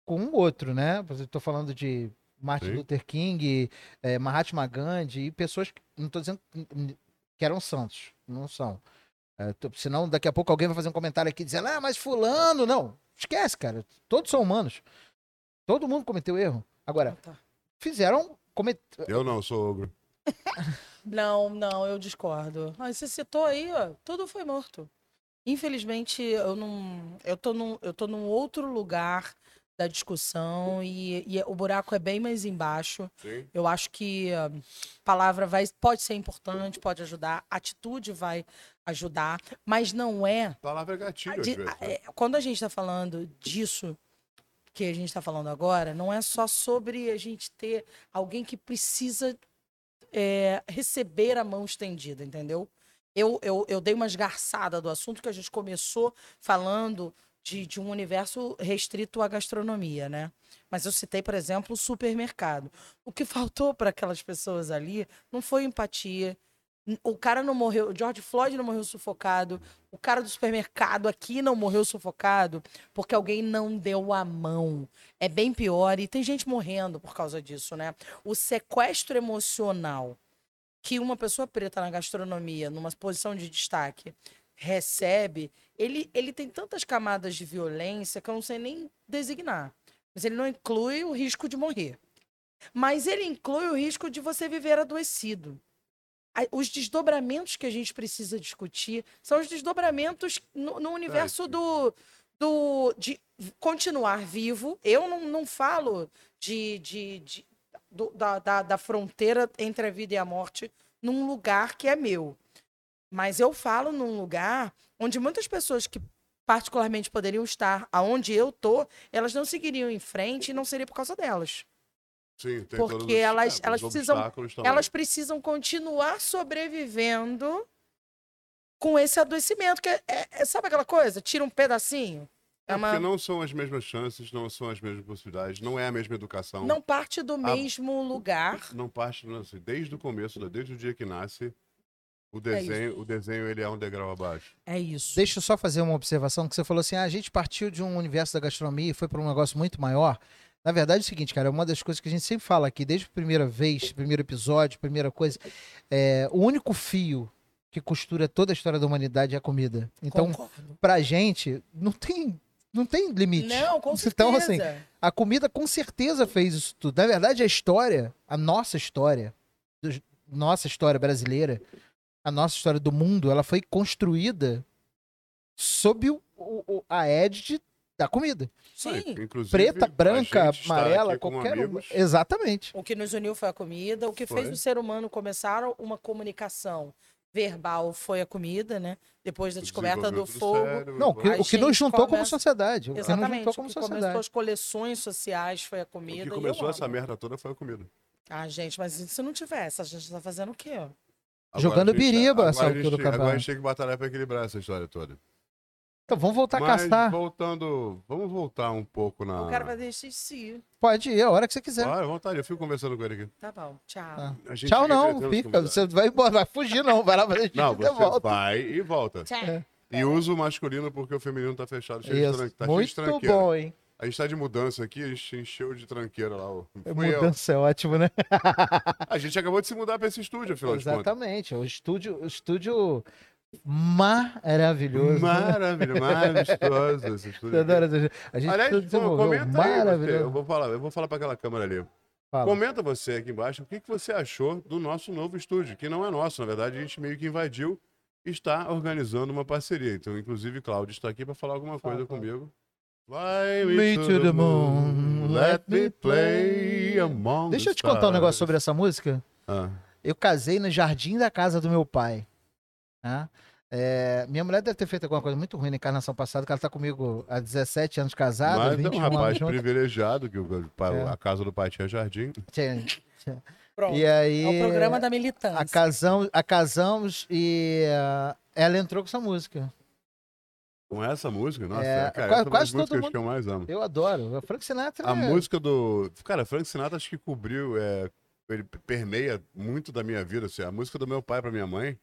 [SPEAKER 1] com o outro, né? Por exemplo, Tô falando de Martin
[SPEAKER 2] Sim.
[SPEAKER 1] Luther King, eh, Mahatma Gandhi e pessoas que não tô dizendo que- que eram santos, não são. Eh, tô- senão daqui a pouco alguém vai fazer um comentário aqui dizendo, ah, mas fulano, não. Esquece, cara. Todos são humanos. Todo mundo cometeu erro. Agora,
[SPEAKER 3] Tá.
[SPEAKER 1] fizeram. Comet...
[SPEAKER 2] Eu não sou ogro.
[SPEAKER 3] Não, não, eu discordo. Ah, você citou aí, ó, tudo foi morto. Infelizmente, eu não, eu tô num, eu tô num outro lugar da discussão e, e o buraco é bem mais embaixo.
[SPEAKER 2] Sim.
[SPEAKER 3] Eu acho que ah, palavra vai, pode ser importante, pode ajudar, atitude vai ajudar, mas não é
[SPEAKER 2] Palavra é gatilho, às
[SPEAKER 3] de-
[SPEAKER 2] vezes.
[SPEAKER 3] a-
[SPEAKER 2] né?
[SPEAKER 3] é, quando a gente está falando disso que a gente está falando agora, não é só sobre a gente ter alguém que precisa é, receber a mão estendida, entendeu? Eu, eu, eu dei uma esgarçada do assunto que a gente começou falando de, de um universo restrito à gastronomia, né? Mas eu citei, por exemplo, o supermercado. O que faltou para aquelas pessoas ali não foi empatia. N- O cara não morreu, o George Floyd não morreu sufocado, o cara do supermercado aqui não morreu sufocado porque alguém não deu a mão. É bem pior e tem gente morrendo por causa disso, né? O sequestro emocional que uma pessoa preta na gastronomia, numa posição de destaque, recebe, ele, ele tem tantas camadas de violência que eu não sei nem designar. Mas ele não inclui o risco de morrer. Mas ele inclui o risco de você viver adoecido a- os desdobramentos que a gente precisa discutir são os desdobramentos no, no universo do, do de continuar vivo. Eu não, não falo de, de, de- do- da, da, da fronteira entre a vida e a morte num lugar que é meu. Mas eu falo num lugar onde muitas pessoas que particularmente poderiam estar aonde eu tô, elas não seguiriam em frente e não seria por causa delas.
[SPEAKER 2] Sim, tem
[SPEAKER 3] porque
[SPEAKER 2] todos os-
[SPEAKER 3] elas-
[SPEAKER 2] os
[SPEAKER 3] elas precisam-
[SPEAKER 2] obstáculos também.
[SPEAKER 3] Elas precisam continuar sobrevivendo com esse adoecimento. Que é, é- é- sabe aquela coisa? Tira um pedacinho. É
[SPEAKER 2] É
[SPEAKER 3] uma-
[SPEAKER 2] porque
[SPEAKER 3] não...
[SPEAKER 2] não são as mesmas chances, não são as mesmas possibilidades, não Ah, é a mesma educação.
[SPEAKER 3] parte do mesmo lugar.
[SPEAKER 2] não parte não, assim, desde o começo, né? desde o dia que nasce, o desenho, o desenho ele é um degrau abaixo.
[SPEAKER 3] É isso.
[SPEAKER 1] Deixa eu só fazer uma observação que você falou assim: ah, a gente partiu de um universo da gastronomia e foi para um negócio muito maior. Na verdade é o seguinte, cara, é uma das coisas que a gente sempre fala aqui, desde a primeira vez, primeiro episódio, primeira coisa, é, o único fio que costura toda a história da humanidade é a comida. Então,
[SPEAKER 3] Concordo.
[SPEAKER 1] pra gente, não tem, não tem limite.
[SPEAKER 3] Não, com certeza.
[SPEAKER 1] Então, assim, A comida com certeza fez isso tudo. Na verdade, a história, a nossa história, dos- nossa história brasileira, a nossa história do mundo, ela foi construída sob o- o- o- a égide da comida.
[SPEAKER 3] Sim.
[SPEAKER 2] Aí, Ah, inclusive,
[SPEAKER 1] Preta,
[SPEAKER 2] a
[SPEAKER 1] branca,
[SPEAKER 2] gente está
[SPEAKER 1] amarela,
[SPEAKER 2] aqui com um
[SPEAKER 1] qualquer uma.
[SPEAKER 2] amigos.
[SPEAKER 1] Exatamente.
[SPEAKER 3] O que nos uniu foi a comida. O que
[SPEAKER 2] Foi.
[SPEAKER 3] fez o ser humano começar uma comunicação verbal foi a comida, né? Depois da
[SPEAKER 2] O
[SPEAKER 3] descoberta do
[SPEAKER 2] desenvolvimento
[SPEAKER 3] fogo.
[SPEAKER 2] cérebro,
[SPEAKER 1] Não, o que,
[SPEAKER 3] Aí,
[SPEAKER 2] vai.
[SPEAKER 1] o que nos
[SPEAKER 3] gente,
[SPEAKER 1] juntou como
[SPEAKER 3] começa-
[SPEAKER 1] sociedade. O que nos
[SPEAKER 3] Exatamente.
[SPEAKER 1] juntou
[SPEAKER 3] O
[SPEAKER 1] como
[SPEAKER 3] que começou
[SPEAKER 1] sociedade.
[SPEAKER 3] as coleções sociais foi a comida.
[SPEAKER 2] O que
[SPEAKER 3] e eu
[SPEAKER 2] começou
[SPEAKER 3] amo.
[SPEAKER 2] essa merda toda foi a comida.
[SPEAKER 3] Ah, gente, mas e se não tivesse, a gente tá fazendo o quê? ó?
[SPEAKER 2] Agora
[SPEAKER 1] Jogando
[SPEAKER 2] a gente- tá-
[SPEAKER 1] biriba
[SPEAKER 2] agora
[SPEAKER 1] essa
[SPEAKER 2] a
[SPEAKER 1] altura
[SPEAKER 2] gente-
[SPEAKER 1] do campeonato.
[SPEAKER 2] Agora a gente tem que batalhar pra equilibrar essa história toda.
[SPEAKER 1] Então vamos voltar a
[SPEAKER 2] Mas
[SPEAKER 1] caçar.
[SPEAKER 2] voltando, vamos voltar um pouco na.
[SPEAKER 3] O cara vai deixar de si.
[SPEAKER 1] Pode ir, a hora que você quiser.
[SPEAKER 2] Ah, à vontade, eu fico conversando com ele aqui.
[SPEAKER 3] Tá bom, tchau.
[SPEAKER 1] Ah.
[SPEAKER 2] A gente
[SPEAKER 1] Tchau,
[SPEAKER 2] fica
[SPEAKER 1] não.
[SPEAKER 2] entretendo
[SPEAKER 1] Fica.
[SPEAKER 2] essa conversa.
[SPEAKER 1] Você vai embora, vai fugir, não. Vai lá pra gente
[SPEAKER 2] Não,
[SPEAKER 1] e
[SPEAKER 2] você
[SPEAKER 1] volta.
[SPEAKER 2] vai e volta.
[SPEAKER 3] Tchau.
[SPEAKER 1] É.
[SPEAKER 2] E usa o masculino porque o feminino tá fechado, cheio de
[SPEAKER 1] Isso.
[SPEAKER 2] tranqueira. Tá cheio de
[SPEAKER 1] Muito
[SPEAKER 2] tranqueira.
[SPEAKER 1] bom, hein?
[SPEAKER 2] A gente tá de mudança aqui, a gente encheu de tranqueira lá. ó. Fui eu.
[SPEAKER 1] Mudança é ótimo, né?
[SPEAKER 2] A gente acabou de se mudar pra esse estúdio, afinal de
[SPEAKER 1] Exatamente. O estúdio, o estúdio maravilhoso. né?
[SPEAKER 2] contas. Maravilhoso, maravilhoso esse
[SPEAKER 1] Você
[SPEAKER 2] estúdio. aqui.
[SPEAKER 1] adora esse- A gente tudo
[SPEAKER 2] Aliás, pô,
[SPEAKER 1] desenvolveu.
[SPEAKER 2] comenta aí, você. eu
[SPEAKER 1] Maravilhoso.
[SPEAKER 2] vou falar, eu vou falar para aquela câmera ali.
[SPEAKER 1] Fala.
[SPEAKER 2] Comenta você aqui embaixo o que, que você achou do nosso novo estúdio, que não é nosso, na verdade, a gente meio que invadiu e está organizando uma parceria. Então, inclusive, Cláudio está aqui para falar alguma
[SPEAKER 1] Fala,
[SPEAKER 2] coisa
[SPEAKER 1] Cláudio.
[SPEAKER 2] comigo. Fly
[SPEAKER 1] Me to the moon,
[SPEAKER 2] let me play among
[SPEAKER 1] Deixa
[SPEAKER 2] the
[SPEAKER 1] eu te contar um
[SPEAKER 2] stars.
[SPEAKER 1] negócio sobre essa música.
[SPEAKER 2] Ah,
[SPEAKER 1] Eu casei no jardim da casa do meu pai. né? É, minha mulher deve ter feito alguma coisa muito ruim na encarnação passada, que ela tá comigo há 17 anos casada,
[SPEAKER 2] mas é um
[SPEAKER 1] 21
[SPEAKER 2] rapaz
[SPEAKER 1] anos junto.
[SPEAKER 2] privilegiado, que o- pa-
[SPEAKER 1] É.
[SPEAKER 2] a casa do pai tinha jardim.
[SPEAKER 1] Tinha-
[SPEAKER 3] Pronto.
[SPEAKER 1] E aí,
[SPEAKER 3] É o programa da militância.
[SPEAKER 1] a casamos, a casamos e ah, ela entrou com essa música.
[SPEAKER 2] Com essa música, nossa,
[SPEAKER 1] É,
[SPEAKER 2] cara,
[SPEAKER 1] qua-
[SPEAKER 2] essa é uma das
[SPEAKER 1] quase todo
[SPEAKER 2] músicas
[SPEAKER 1] mundo-
[SPEAKER 2] que eu mais amo.
[SPEAKER 1] Eu adoro. A Frank Sinatra
[SPEAKER 2] A
[SPEAKER 1] é-
[SPEAKER 2] música do. Cara, Frank Sinatra acho que cobriu. é, ele permeia muito da minha vida. Assim, a música do meu pai pra minha mãe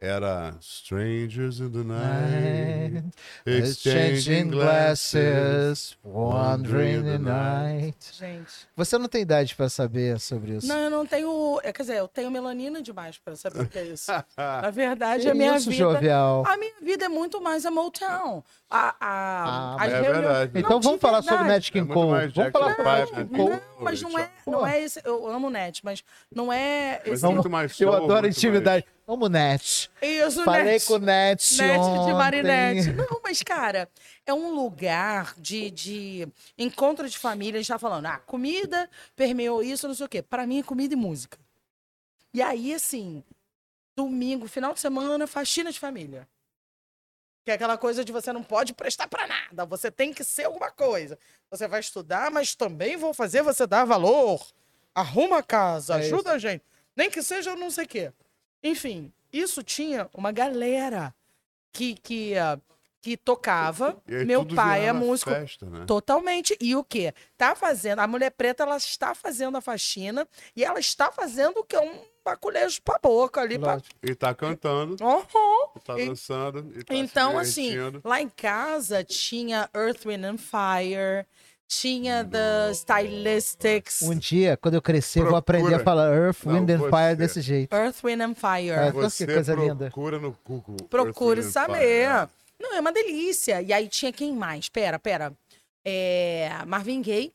[SPEAKER 2] era Strangers in the Night.
[SPEAKER 1] Night,
[SPEAKER 2] Exchanging Glasses.
[SPEAKER 1] wandering the
[SPEAKER 2] wandering the
[SPEAKER 1] night.
[SPEAKER 3] Gente.
[SPEAKER 1] Você não tem idade pra saber sobre isso.
[SPEAKER 3] Não, eu não tenho. é, Quer dizer, eu tenho melanina demais pra saber o que
[SPEAKER 2] [laughs]
[SPEAKER 3] é isso. Na verdade, a
[SPEAKER 1] Que
[SPEAKER 3] é minha
[SPEAKER 1] isso,
[SPEAKER 3] vida.
[SPEAKER 1] jovial.
[SPEAKER 3] A minha vida é muito mais a Motown. A, a,
[SPEAKER 1] Ah,
[SPEAKER 3] as
[SPEAKER 1] mas
[SPEAKER 2] é
[SPEAKER 3] reuniões-
[SPEAKER 2] verdade.
[SPEAKER 3] Não,
[SPEAKER 1] Então vamos
[SPEAKER 3] de
[SPEAKER 1] falar
[SPEAKER 3] verdade.
[SPEAKER 1] sobre Magic
[SPEAKER 2] É
[SPEAKER 1] King
[SPEAKER 2] muito
[SPEAKER 1] Cole.
[SPEAKER 2] mais
[SPEAKER 1] Vamos
[SPEAKER 2] Jackson
[SPEAKER 1] falar sobre
[SPEAKER 2] Five,
[SPEAKER 1] Nat
[SPEAKER 2] né?
[SPEAKER 1] King Cole.
[SPEAKER 3] Não, mas não é,
[SPEAKER 1] Pô.
[SPEAKER 3] não é esse. Eu amo net, mas não é
[SPEAKER 2] Mas
[SPEAKER 3] esse.
[SPEAKER 2] é muito mais
[SPEAKER 1] Eu
[SPEAKER 2] soul,
[SPEAKER 1] adoro
[SPEAKER 2] muito
[SPEAKER 1] intimidade. Amo Net.
[SPEAKER 3] Isso,
[SPEAKER 1] Falei
[SPEAKER 3] net.
[SPEAKER 1] com o Net.
[SPEAKER 3] Net de
[SPEAKER 1] ontem.
[SPEAKER 3] Marinette. Não, mas, cara, é um lugar de, de encontro de família. A gente tá falando, ah, comida permeou isso, não sei o quê. Pra mim, é comida e música. E aí, assim, domingo, final de semana, faxina de família. Que é aquela coisa de você não pode prestar pra nada, você tem que ser alguma coisa. Você vai estudar, mas também vou fazer você dar valor. Arruma a casa,
[SPEAKER 1] É
[SPEAKER 3] ajuda a gente. Nem que seja não sei o quê. Enfim, isso tinha uma galera que, que, ah, que tocava.
[SPEAKER 2] E aí
[SPEAKER 3] Meu
[SPEAKER 2] tudo
[SPEAKER 3] pai é
[SPEAKER 2] virava
[SPEAKER 3] músico.
[SPEAKER 2] Festa, né?
[SPEAKER 3] Totalmente. E o quê? Tá fazendo. A mulher preta, ela está fazendo a faxina e ela está fazendo o quê? Um baculejo pra boca ali. Pra...
[SPEAKER 1] Lógico.
[SPEAKER 2] E tá cantando,
[SPEAKER 3] Uhum.
[SPEAKER 2] e tá
[SPEAKER 3] E-
[SPEAKER 2] dançando. E tá se
[SPEAKER 3] Então, assim,
[SPEAKER 2] divertindo.
[SPEAKER 3] lá em casa tinha Earth, Wind and Fire, tinha The Stylistics.
[SPEAKER 1] Um dia, quando eu crescer, eu vou
[SPEAKER 2] Procura.
[SPEAKER 1] aprender a falar Earth,
[SPEAKER 2] Não,
[SPEAKER 1] Wind and Fire
[SPEAKER 2] você.
[SPEAKER 1] desse jeito.
[SPEAKER 3] Earth, Wind and Fire.
[SPEAKER 1] É, tanto que
[SPEAKER 2] Você
[SPEAKER 1] coisa linda.
[SPEAKER 2] procura no Google. Earth,
[SPEAKER 3] Procure
[SPEAKER 2] Wind and
[SPEAKER 3] saber.
[SPEAKER 2] Fire.
[SPEAKER 3] Não, é uma delícia. E aí tinha quem mais? Pera, pera. É, Marvin Gaye.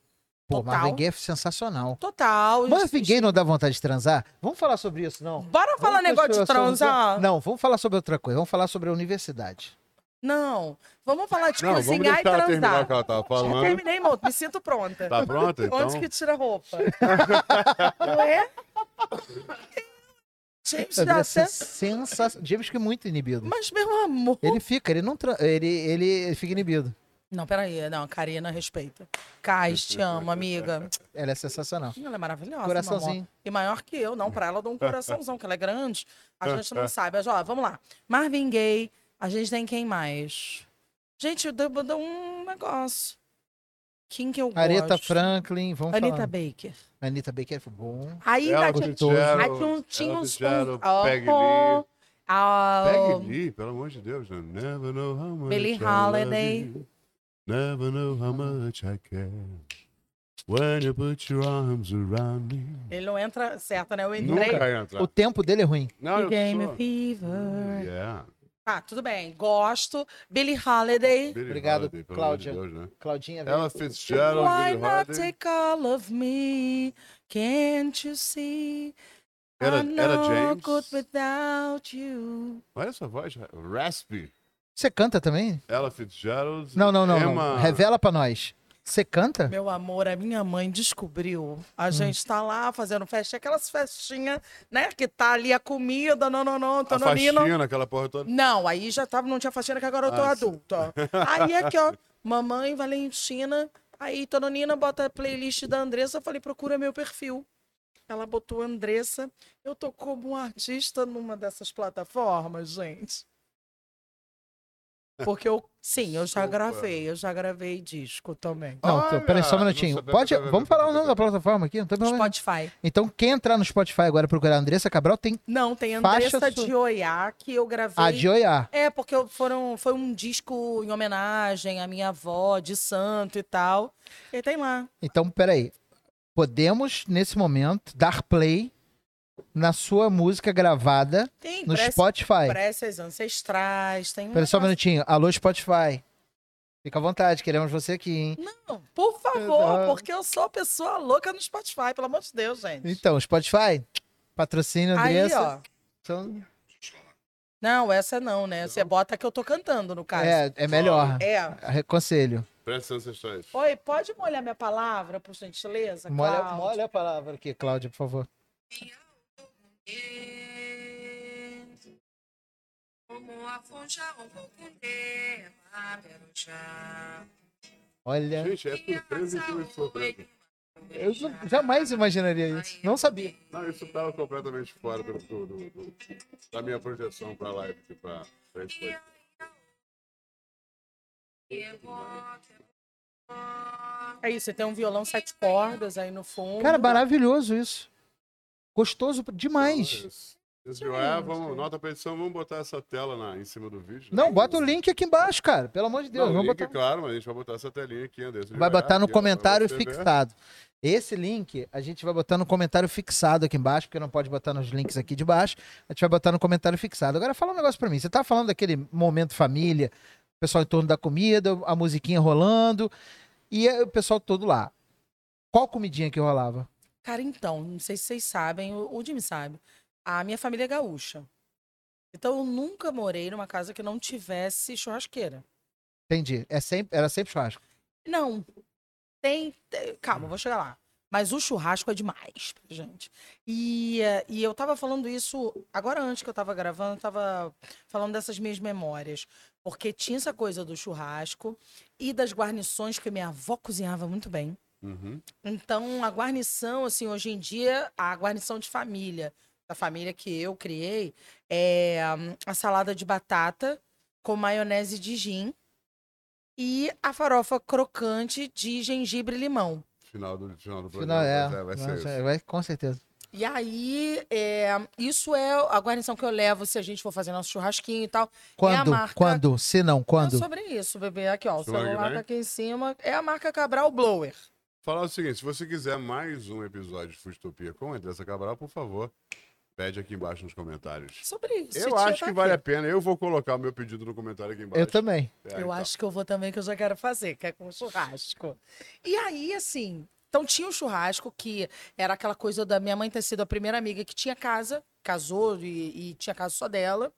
[SPEAKER 1] Pô,
[SPEAKER 3] Total.
[SPEAKER 1] Marvin Gaye é sensacional.
[SPEAKER 3] Total.
[SPEAKER 1] Marvin Gaye não dá vontade de transar? Vamos falar sobre isso, não?
[SPEAKER 3] Bora
[SPEAKER 1] Vamos
[SPEAKER 3] falar negócio de
[SPEAKER 1] sobre-
[SPEAKER 3] transar?
[SPEAKER 1] Não, vamos falar sobre outra coisa. Vamos falar sobre a universidade.
[SPEAKER 3] Não, vamos falar de
[SPEAKER 2] Não, vamos
[SPEAKER 3] cozinhar
[SPEAKER 2] deixar
[SPEAKER 3] e
[SPEAKER 2] ela terminar o
[SPEAKER 3] transar.
[SPEAKER 2] que ela tava
[SPEAKER 3] Já
[SPEAKER 2] falando.
[SPEAKER 3] terminei, moto, me sinto pronta.
[SPEAKER 2] Tá pronta, então?
[SPEAKER 3] Onde que tira a
[SPEAKER 2] [laughs]
[SPEAKER 3] roupa? Não é? James
[SPEAKER 1] É
[SPEAKER 3] já até...
[SPEAKER 1] sensacional. James que é muito inibido.
[SPEAKER 3] Mas, meu amor...
[SPEAKER 1] Ele fica, ele não tra... ele, ele, ele fica inibido.
[SPEAKER 3] Não, peraí, não, Karina, respeita. Cais, te amo, amiga.
[SPEAKER 1] Ela é sensacional.
[SPEAKER 3] Ela é maravilhosa, meu amor.
[SPEAKER 1] Coraçãozinho.
[SPEAKER 3] E maior que eu, não, pra ela eu dou um coraçãozão, que ela é grande. A gente não sabe. Mas, ó, vamos lá. Marvin Gaye, a gente tem quem mais? Gente, eu devo dar um negócio. Quem que eu gosto?
[SPEAKER 1] Areta Franklin, vamos
[SPEAKER 3] Anitta
[SPEAKER 1] falar.
[SPEAKER 3] Baker.
[SPEAKER 1] Anitta Baker foi bom.
[SPEAKER 3] Aí
[SPEAKER 2] Ela
[SPEAKER 3] ainda tinha,
[SPEAKER 2] Fitzgerald,
[SPEAKER 3] aí tinha, um- tinha
[SPEAKER 2] Ela
[SPEAKER 3] uns...
[SPEAKER 2] Fitzgerald,
[SPEAKER 3] uns-
[SPEAKER 2] Peggy
[SPEAKER 3] Oh,
[SPEAKER 2] Lee.
[SPEAKER 3] ah,
[SPEAKER 2] Peggy Lee, pelo amor de Deus, né? Never know how much
[SPEAKER 3] Billie
[SPEAKER 2] I love
[SPEAKER 3] Holiday.
[SPEAKER 2] you. Never know how much I care. When you put your arms around me.
[SPEAKER 3] Ele não entra certo, né? Eu entrei.
[SPEAKER 2] Nunca entra.
[SPEAKER 1] O é tempo dele é ruim.
[SPEAKER 2] Não,
[SPEAKER 3] The Game
[SPEAKER 2] sou-
[SPEAKER 3] Fever.
[SPEAKER 2] Yeah.
[SPEAKER 3] Ah, tudo bem. Gosto. Billie Holiday.
[SPEAKER 2] Billie
[SPEAKER 1] Obrigado,
[SPEAKER 2] Holiday, pelo amor
[SPEAKER 1] Cláudia.
[SPEAKER 2] Deus, né?
[SPEAKER 1] Claudinha veio.
[SPEAKER 2] Ela Fitzgerald,
[SPEAKER 3] Why
[SPEAKER 2] Billie
[SPEAKER 3] not
[SPEAKER 2] Holiday.
[SPEAKER 3] take all of me? Can't you see?
[SPEAKER 2] Era-
[SPEAKER 3] I'm
[SPEAKER 2] era
[SPEAKER 3] no
[SPEAKER 2] James.
[SPEAKER 3] good without you.
[SPEAKER 2] Olha essa voz, raspy.
[SPEAKER 1] Você canta também?
[SPEAKER 2] Ela Fitzgerald.
[SPEAKER 1] Não, não, não. não.
[SPEAKER 2] Emma-
[SPEAKER 1] Revela pra nós. Você canta?
[SPEAKER 3] Meu amor, a minha mãe descobriu. A gente tá lá fazendo festa, aquelas festinhas, né? Que tá ali a comida, não, não, não,
[SPEAKER 2] A
[SPEAKER 3] tononino.
[SPEAKER 2] faxina, aquela porra toda.
[SPEAKER 3] Não, aí já tava, não tinha faxina, que agora eu tô
[SPEAKER 2] Ah, sim.
[SPEAKER 3] adulta. Aí aqui, ó, mamãe Valentina, aí Tononina bota a playlist da Andressa, eu falei, procura meu perfil. Ela botou Andressa, eu tô como um artista numa dessas plataformas, gente. Porque eu, sim, eu já
[SPEAKER 2] Opa.
[SPEAKER 3] gravei, eu já gravei disco também.
[SPEAKER 1] Não,
[SPEAKER 2] Olha,
[SPEAKER 1] tô- peraí só um
[SPEAKER 2] não
[SPEAKER 1] minutinho.
[SPEAKER 2] sabia-
[SPEAKER 1] Pode,
[SPEAKER 2] não sabia-
[SPEAKER 1] vamos falar o nome da plataforma aqui? Não tem problema.
[SPEAKER 3] Spotify.
[SPEAKER 1] Então, quem entrar no Spotify agora e procurar Andressa Cabral tem
[SPEAKER 3] Não, tem
[SPEAKER 1] Faixa
[SPEAKER 3] Andressa
[SPEAKER 1] su-
[SPEAKER 3] de Oiá, que eu gravei.
[SPEAKER 1] a de olhar.
[SPEAKER 3] É, porque eu- foram, foi um disco em homenagem à minha avó, de santo e tal. E tem lá.
[SPEAKER 1] Então, peraí. Podemos, nesse momento, dar play na sua música gravada
[SPEAKER 3] Tem
[SPEAKER 1] no
[SPEAKER 3] preces,
[SPEAKER 1] Spotify.
[SPEAKER 3] preces ancestrais, tem um
[SPEAKER 1] Peraí só um
[SPEAKER 3] negócio-
[SPEAKER 1] minutinho. Alô, Spotify. Fica à vontade, queremos você aqui, hein?
[SPEAKER 3] Não, por favor,
[SPEAKER 1] Verdade.
[SPEAKER 3] porque eu sou pessoa louca no Spotify, pelo amor de Deus, gente.
[SPEAKER 1] Então, Spotify, patrocínio
[SPEAKER 3] Aí,
[SPEAKER 1] Andressa.
[SPEAKER 3] ó.
[SPEAKER 1] Então,
[SPEAKER 3] Não, essa não, né? Você bota que eu tô cantando, no caso.
[SPEAKER 1] é, é melhor.
[SPEAKER 3] É.
[SPEAKER 1] Aconselho.
[SPEAKER 2] Presta atenção, ancestrais.
[SPEAKER 3] Oi, pode molhar minha palavra, por gentileza?
[SPEAKER 1] Molha,
[SPEAKER 3] Cláudio?
[SPEAKER 1] molha a palavra aqui, Cláudia, por favor.
[SPEAKER 4] Como afonjar um pouco de mamerujá.
[SPEAKER 1] Olha.
[SPEAKER 2] Gente, é surpresa e tudo surpresa.
[SPEAKER 1] Eu não- jamais imaginaria isso. Não sabia.
[SPEAKER 2] Não, isso tava completamente fora do, do- do- do- da minha projeção pra live, que pra, pra isso aí.
[SPEAKER 3] É isso, você tem um violão sete cordas aí no fundo.
[SPEAKER 1] Cara, maravilhoso isso. Gostoso demais.
[SPEAKER 2] Então, isso. Isso, é, vamos, nota a petição, vamos botar essa tela na, em cima do vídeo. né?
[SPEAKER 1] Não, bota o link aqui embaixo, cara. Pelo amor de Deus.
[SPEAKER 2] Não, o
[SPEAKER 1] Vamos
[SPEAKER 2] link,
[SPEAKER 1] botar...
[SPEAKER 2] claro, mas a gente vai botar essa telinha aqui, Anderson.
[SPEAKER 1] Vai botar no
[SPEAKER 2] aqui, ó, pra
[SPEAKER 1] comentário
[SPEAKER 2] você ver.
[SPEAKER 1] fixado. Esse link a gente vai botar no comentário fixado aqui embaixo, porque não pode botar nos links aqui de baixo. A gente vai botar no comentário fixado. Agora fala um negócio pra mim. Você tá falando daquele momento família, o pessoal em torno da comida, a musiquinha rolando e eh, o pessoal todo lá. Qual comidinha que rolava?
[SPEAKER 3] Cara, então, não sei se vocês sabem, o, o Jimmy sabe. A minha família é gaúcha. Então eu nunca morei numa casa que não tivesse churrasqueira.
[SPEAKER 1] Entendi. É sempre, era sempre churrasco.
[SPEAKER 3] Não. Tem. te- Calma, eu vou chegar lá. Mas o churrasco é demais pra gente. E, eh, e eu tava falando isso agora antes que eu tava gravando, eu tava falando dessas minhas memórias. Porque tinha essa coisa do churrasco e das guarnições, que minha avó cozinhava muito bem.
[SPEAKER 2] Uhum.
[SPEAKER 3] Então, a guarnição, assim, hoje em dia, a guarnição de família, da família que eu criei, é hum, a salada de batata com maionese de gin e a farofa crocante de gengibre e limão.
[SPEAKER 2] Final do, final do
[SPEAKER 1] Final,
[SPEAKER 2] programa.
[SPEAKER 1] é,
[SPEAKER 2] pois é, vai ser
[SPEAKER 1] Não,
[SPEAKER 2] isso.
[SPEAKER 1] já- vai- com certeza.
[SPEAKER 3] E aí, é, isso é a guarnição que eu levo se a gente for fazer nosso churrasquinho e tal.
[SPEAKER 1] Quando?
[SPEAKER 3] marca-
[SPEAKER 1] Quando? Se não,
[SPEAKER 3] É
[SPEAKER 1] quando?
[SPEAKER 3] sobre isso, bebê. Aqui, ó, o
[SPEAKER 2] Swag,
[SPEAKER 3] celular
[SPEAKER 2] né?
[SPEAKER 3] tá aqui em cima. É a marca Cabral Blower.
[SPEAKER 2] Falar o seguinte, se você quiser mais um episódio de Futopia com a Andressa Cabral, por favor, pede aqui embaixo nos comentários.
[SPEAKER 3] Sobre isso.
[SPEAKER 2] Eu
[SPEAKER 3] tia
[SPEAKER 2] acho
[SPEAKER 3] tá
[SPEAKER 2] que vale a
[SPEAKER 3] aqui.
[SPEAKER 2] pena. Eu vou colocar o meu pedido no comentário aqui embaixo.
[SPEAKER 1] Eu também.
[SPEAKER 2] É,
[SPEAKER 3] eu
[SPEAKER 2] então.
[SPEAKER 3] acho que eu vou também, que eu já quero fazer, que é com churrasco. E aí, assim, então tinha um churrasco que era aquela coisa da minha mãe ter sido a primeira amiga que tinha casa, casou e, e tinha casa só dela.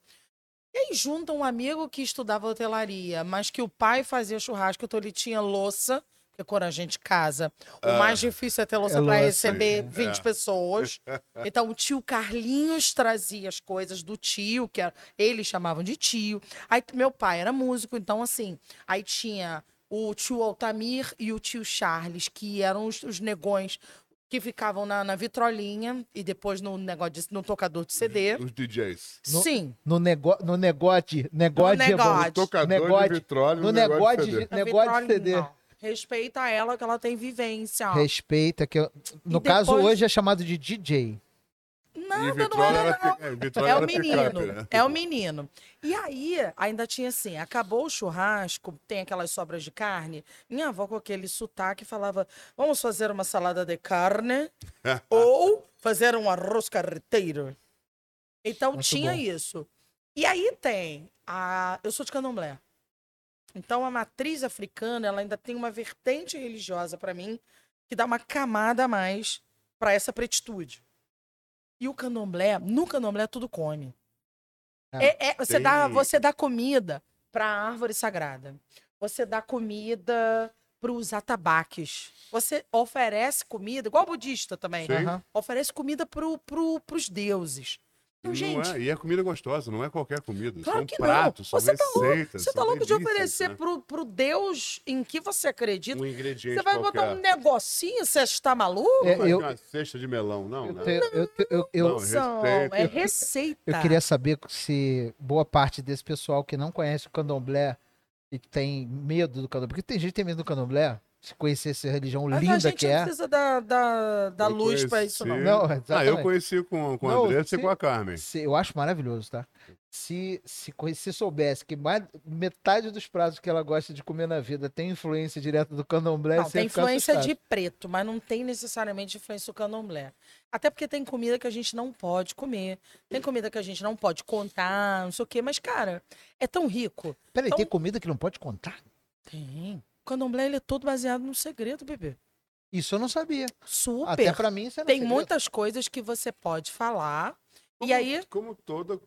[SPEAKER 3] E aí junta um amigo que estudava hotelaria, mas que o pai fazia churrasco, então ele tinha louça, porque quando a gente casa, o
[SPEAKER 2] Ah,
[SPEAKER 3] mais difícil é ter louça
[SPEAKER 1] é
[SPEAKER 3] para
[SPEAKER 1] louça,
[SPEAKER 2] é.
[SPEAKER 3] receber
[SPEAKER 2] É. [laughs]
[SPEAKER 3] 20 pessoas. Então o tio Carlinhos trazia as coisas do tio, que era- eles chamavam de tio. Aí meu pai era músico, então assim, aí tinha o tio Altamir e o tio Charles, que eram os, os negões que ficavam na, na vitrolinha e depois no negócio de- no tocador de CD.
[SPEAKER 1] é.
[SPEAKER 2] Os DJs.
[SPEAKER 1] Uhum. No-
[SPEAKER 3] Sim.
[SPEAKER 1] No, nego, no negote. Negóte é bom.
[SPEAKER 3] negócio.
[SPEAKER 2] Tocador
[SPEAKER 1] Negócio.
[SPEAKER 2] de vitróleo
[SPEAKER 1] No
[SPEAKER 2] no negócio de
[SPEAKER 1] negócio
[SPEAKER 2] CD.
[SPEAKER 1] de- Negócio de CD.
[SPEAKER 3] vitrolinha. Respeita ela que ela tem vivência.
[SPEAKER 1] Respeita que eu- no
[SPEAKER 3] E
[SPEAKER 1] caso
[SPEAKER 3] depois-
[SPEAKER 1] hoje é chamado de DJ.
[SPEAKER 2] E
[SPEAKER 3] Nada, não
[SPEAKER 2] vitróleo
[SPEAKER 3] era
[SPEAKER 2] era,
[SPEAKER 3] não.
[SPEAKER 2] pica- é, vitróleo
[SPEAKER 3] É o
[SPEAKER 2] era picape,
[SPEAKER 3] menino,
[SPEAKER 2] né?
[SPEAKER 3] é o menino. E aí, ainda tinha assim, acabou o churrasco, tem aquelas sobras de carne. Minha avó com aquele sotaque falava, vamos fazer uma salada de carne ou fazer um arroz carreteiro. Então
[SPEAKER 1] Muito
[SPEAKER 3] tinha
[SPEAKER 1] bom.
[SPEAKER 3] isso. E aí tem, a... eu sou de candomblé. Então a matriz africana, ela ainda tem uma vertente religiosa para mim, que dá uma camada a mais para essa pretitude. E o candomblé, no candomblé tudo come.
[SPEAKER 1] Ah,
[SPEAKER 3] É- é, você, dá,
[SPEAKER 2] tem-
[SPEAKER 3] você dá comida para a árvore sagrada. Você dá comida para os atabaques. Você oferece comida, igual budista também.
[SPEAKER 2] Sim.
[SPEAKER 1] Aham.
[SPEAKER 3] Oferece comida pro, pro, pros deuses. Então,
[SPEAKER 2] Não
[SPEAKER 3] gente,
[SPEAKER 2] é- e é comida gostosa, não é qualquer comida.
[SPEAKER 3] Claro
[SPEAKER 2] são
[SPEAKER 3] que não.
[SPEAKER 2] pratos, são
[SPEAKER 3] Você tá louco-
[SPEAKER 2] receitas.
[SPEAKER 3] você tá
[SPEAKER 2] são
[SPEAKER 3] louco de
[SPEAKER 2] delícias,
[SPEAKER 3] oferecer
[SPEAKER 2] né?
[SPEAKER 3] pro, pro Deus em que você acredita?
[SPEAKER 2] um ingrediente
[SPEAKER 3] Você vai
[SPEAKER 2] qualquer.
[SPEAKER 3] botar um negocinho, você está maluco?
[SPEAKER 1] É,
[SPEAKER 2] Não vai
[SPEAKER 1] eu-
[SPEAKER 2] ter uma cesta de melão, não,
[SPEAKER 1] Eu,
[SPEAKER 2] né?
[SPEAKER 1] tenho- eu, te- eu, eu,
[SPEAKER 2] Não,
[SPEAKER 3] São,
[SPEAKER 2] receita.
[SPEAKER 3] é receita.
[SPEAKER 1] eu queria saber se boa parte desse pessoal que não conhece o candomblé e que tem medo do candomblé, porque tem gente que tem medo do candomblé, se conhecer essa religião
[SPEAKER 3] Mas a
[SPEAKER 1] linda
[SPEAKER 3] gente
[SPEAKER 1] que
[SPEAKER 3] não
[SPEAKER 1] é.
[SPEAKER 3] precisa da, da, da
[SPEAKER 2] Eu
[SPEAKER 3] luz para isso, não.
[SPEAKER 2] conheci-
[SPEAKER 1] Não,
[SPEAKER 2] Ah, eu
[SPEAKER 1] exatamente.
[SPEAKER 2] conheci com, com
[SPEAKER 1] Não,
[SPEAKER 2] o Andressa
[SPEAKER 1] se-
[SPEAKER 2] e com a Carmen.
[SPEAKER 1] Se- eu acho maravilhoso, tá? Se, se, conhe- se soubesse que mais, metade dos pratos que ela gosta de comer na vida tem influência direta do candomblé,
[SPEAKER 3] Não,
[SPEAKER 1] você
[SPEAKER 3] tem
[SPEAKER 1] ia ficar
[SPEAKER 3] influência
[SPEAKER 1] assustado.
[SPEAKER 3] de preto, mas não tem necessariamente influência do candomblé. Até porque tem comida que a gente não pode comer, tem comida que a gente não pode contar, não sei o quê, mas, cara, é tão rico.
[SPEAKER 1] Peraí,
[SPEAKER 3] Então-
[SPEAKER 1] tem comida que não pode contar?
[SPEAKER 3] Tem. O candomblé ele é todo baseado no segredo, bebê.
[SPEAKER 1] Isso eu não sabia. Até
[SPEAKER 3] Super.
[SPEAKER 1] pra mim isso é era
[SPEAKER 3] Tem
[SPEAKER 1] segredo.
[SPEAKER 3] muitas coisas que você pode falar.
[SPEAKER 2] Como-
[SPEAKER 3] E aí,
[SPEAKER 2] Como toda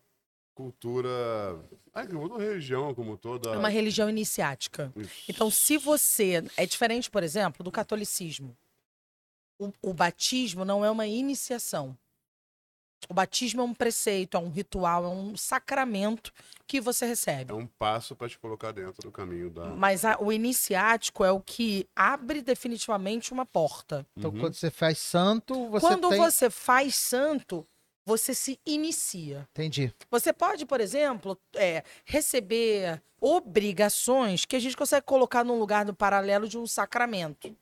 [SPEAKER 2] cultura. Ah, como toda religião, como toda.
[SPEAKER 3] é uma religião iniciática.
[SPEAKER 2] Isso.
[SPEAKER 3] Então, se você. É diferente, por exemplo, do catolicismo. O, o batismo não é uma iniciação. O batismo é um preceito, é um ritual, é um sacramento que você recebe.
[SPEAKER 2] É um passo pra te colocar dentro do caminho da.
[SPEAKER 3] Mas a- o iniciático é o que abre definitivamente uma porta.
[SPEAKER 1] Então,
[SPEAKER 2] Uhum.
[SPEAKER 1] quando você faz santo, você
[SPEAKER 3] Quando
[SPEAKER 1] tem...
[SPEAKER 3] você faz santo, você se inicia.
[SPEAKER 1] Entendi.
[SPEAKER 3] Você pode, por exemplo, é, receber obrigações que a gente consegue colocar num lugar no paralelo de um sacramento.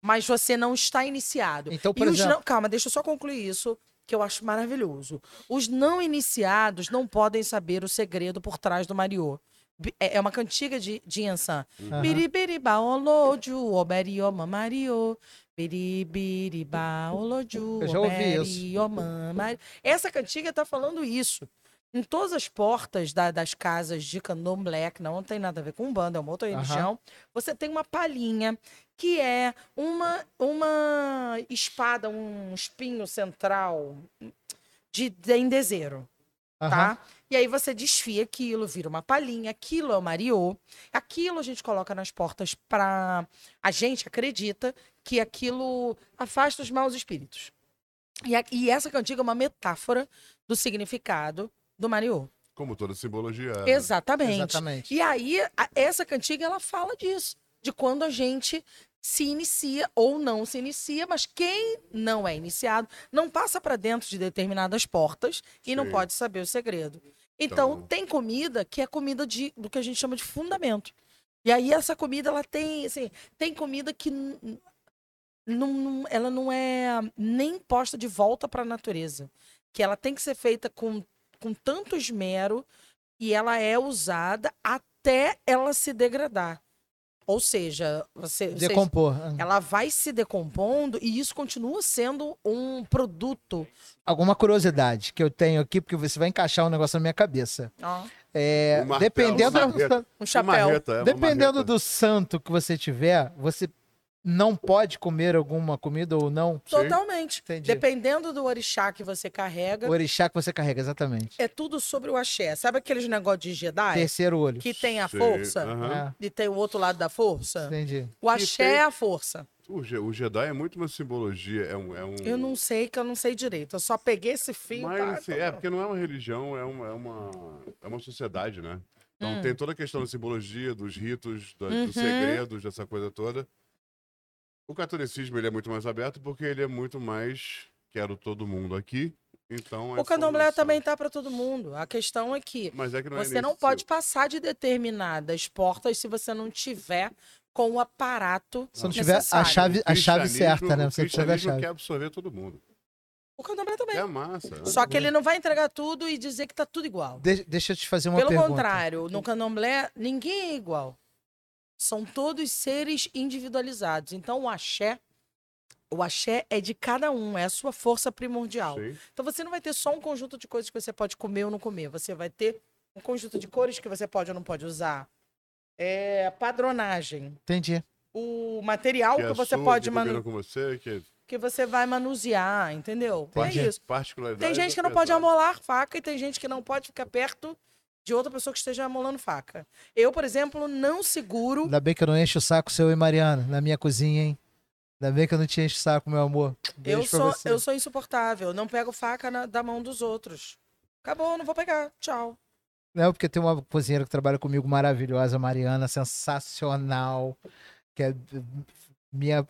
[SPEAKER 3] Mas você não está iniciado.
[SPEAKER 1] Então, por
[SPEAKER 3] e os
[SPEAKER 1] exemplo-
[SPEAKER 3] não... Calma, deixa eu só concluir isso, que eu acho maravilhoso. Os não iniciados não podem saber o segredo por trás do Mariô. Bi- É é uma cantiga de, de Yansan.
[SPEAKER 1] Aham.
[SPEAKER 3] Biribiriba oloju, oberioma mario. Biribiriba oloju,
[SPEAKER 1] Eu já ouvi isso.
[SPEAKER 3] oberioma mario. Essa cantiga tá falando isso. Em todas as portas da- das casas de candomblé, que não tem nada a ver com banda, é uma outra
[SPEAKER 1] Aham.
[SPEAKER 3] religião, você tem uma palhinha, que é uma, uma espada, um espinho central de dendezeiro
[SPEAKER 1] Aham.
[SPEAKER 3] tá? E aí você desfia aquilo, vira uma palhinha, aquilo é o mariô. Aquilo a gente coloca nas portas pra... A gente acredita que aquilo afasta os maus espíritos. E, a- e essa cantiga é uma metáfora do significado do mariô.
[SPEAKER 2] Como toda simbologia. né?
[SPEAKER 3] Exatamente.
[SPEAKER 1] Exatamente.
[SPEAKER 3] E aí, a- essa cantiga, ela fala disso. De quando a gente se inicia ou não se inicia, mas quem não é iniciado não passa para dentro de determinadas portas e não
[SPEAKER 2] Sim.
[SPEAKER 3] pode saber o segredo. Então,
[SPEAKER 2] Então-
[SPEAKER 3] tem comida que é comida de, do que a gente chama de fundamento. E aí, essa comida, ela tem, assim, tem comida que n- n- não, não- ela não é nem posta de volta para a natureza. Que ela tem que ser feita com, com tanto esmero e ela é usada até ela se degradar. Ou seja, você, vocês-
[SPEAKER 1] Decompor. Ah,
[SPEAKER 3] ela vai se decompondo e isso continua sendo um produto.
[SPEAKER 1] Alguma curiosidade que eu tenho aqui, porque você vai encaixar um negócio na minha cabeça. É,
[SPEAKER 2] Um martelo,
[SPEAKER 1] dependendo
[SPEAKER 2] uma marreta.
[SPEAKER 3] Um
[SPEAKER 2] Uma
[SPEAKER 3] chapéu.
[SPEAKER 2] marreta, é uma
[SPEAKER 1] dependendo
[SPEAKER 2] marreta.
[SPEAKER 1] do santo que você tiver, você não pode comer alguma comida ou não.
[SPEAKER 2] Sim.
[SPEAKER 3] Totalmente.
[SPEAKER 1] Entendi.
[SPEAKER 3] Dependendo do orixá que você carrega,
[SPEAKER 1] O orixá que você carrega, exatamente.
[SPEAKER 3] é tudo sobre o axé. Sabe aqueles negócio de Jedi?
[SPEAKER 1] Terceiro olho.
[SPEAKER 3] Que tem a
[SPEAKER 2] Sim,
[SPEAKER 3] força
[SPEAKER 2] aham.
[SPEAKER 1] É,
[SPEAKER 3] e tem o outro lado da força?
[SPEAKER 1] entendi.
[SPEAKER 3] O axé
[SPEAKER 2] tem-
[SPEAKER 3] é a força.
[SPEAKER 2] O, Je- o Jedi é muito uma simbologia. É um, é um...
[SPEAKER 3] Eu
[SPEAKER 1] Hum.
[SPEAKER 3] não sei que eu não sei direito. Eu só peguei esse fio.
[SPEAKER 2] Mas,
[SPEAKER 3] tá?
[SPEAKER 2] assim, é, porque não é uma religião, é uma, é uma, é uma sociedade, né? Então tem toda a questão da simbologia, dos ritos, da-
[SPEAKER 3] Hum. Uhum.
[SPEAKER 2] dos segredos, dessa coisa toda. O catolicismo ele é muito mais aberto porque ele é muito mais quero todo mundo aqui. Então é
[SPEAKER 3] O candomblé
[SPEAKER 2] formação.
[SPEAKER 3] também tá para todo mundo. A questão é que
[SPEAKER 2] Mas é que não é
[SPEAKER 3] Você não
[SPEAKER 2] nesse-
[SPEAKER 3] pode passar de determinadas portas se você não tiver com o aparato
[SPEAKER 1] Se não tiver
[SPEAKER 3] necessário.
[SPEAKER 1] a chave, a chave
[SPEAKER 2] cristianismo-
[SPEAKER 1] certa, né?
[SPEAKER 2] O
[SPEAKER 1] Você não precisa da
[SPEAKER 2] cristianismo
[SPEAKER 1] chave.
[SPEAKER 2] quer absorver todo mundo.
[SPEAKER 3] O candomblé também.
[SPEAKER 2] É a massa. né?
[SPEAKER 3] Só que ele não vai entregar tudo e dizer que tá tudo igual.
[SPEAKER 1] De- é. deixa eu te fazer uma
[SPEAKER 3] Pelo
[SPEAKER 1] pergunta.
[SPEAKER 3] contrário, no candomblé, ninguém é igual. São todos seres individualizados. Então, o axé, o axé é de cada um, é a sua força primordial.
[SPEAKER 2] Sim.
[SPEAKER 3] Então você não vai ter só um conjunto de coisas que você pode comer ou não comer. Você vai ter um conjunto de cores que você pode ou não pode usar. É padronagem.
[SPEAKER 1] Entendi.
[SPEAKER 3] O material
[SPEAKER 2] Que
[SPEAKER 3] que,
[SPEAKER 2] é
[SPEAKER 3] você
[SPEAKER 2] açougue,
[SPEAKER 3] pode
[SPEAKER 2] combina
[SPEAKER 3] manu...
[SPEAKER 2] com você, que
[SPEAKER 3] que você vai manusear, entendeu? É
[SPEAKER 1] Entendi.
[SPEAKER 3] isso.
[SPEAKER 2] particularidade.
[SPEAKER 3] Tem gente
[SPEAKER 1] né?
[SPEAKER 2] é
[SPEAKER 3] que não pode
[SPEAKER 2] pesado.
[SPEAKER 3] amolar faca e tem gente que não pode ficar perto de outra pessoa que esteja molando faca. Eu, por exemplo, não seguro.
[SPEAKER 1] Ainda bem que eu não encho o saco seu e Mariana na minha cozinha, hein? Ainda bem que eu não te encho o saco, meu amor. Beijo
[SPEAKER 3] eu,
[SPEAKER 1] pra
[SPEAKER 3] sou,
[SPEAKER 1] você.
[SPEAKER 3] eu sou insuportável. Não pego faca na- da mão dos outros. Acabou, não vou pegar. Tchau.
[SPEAKER 1] Não, porque tem uma cozinheira que trabalha comigo maravilhosa, Mariana, sensacional, que é minha.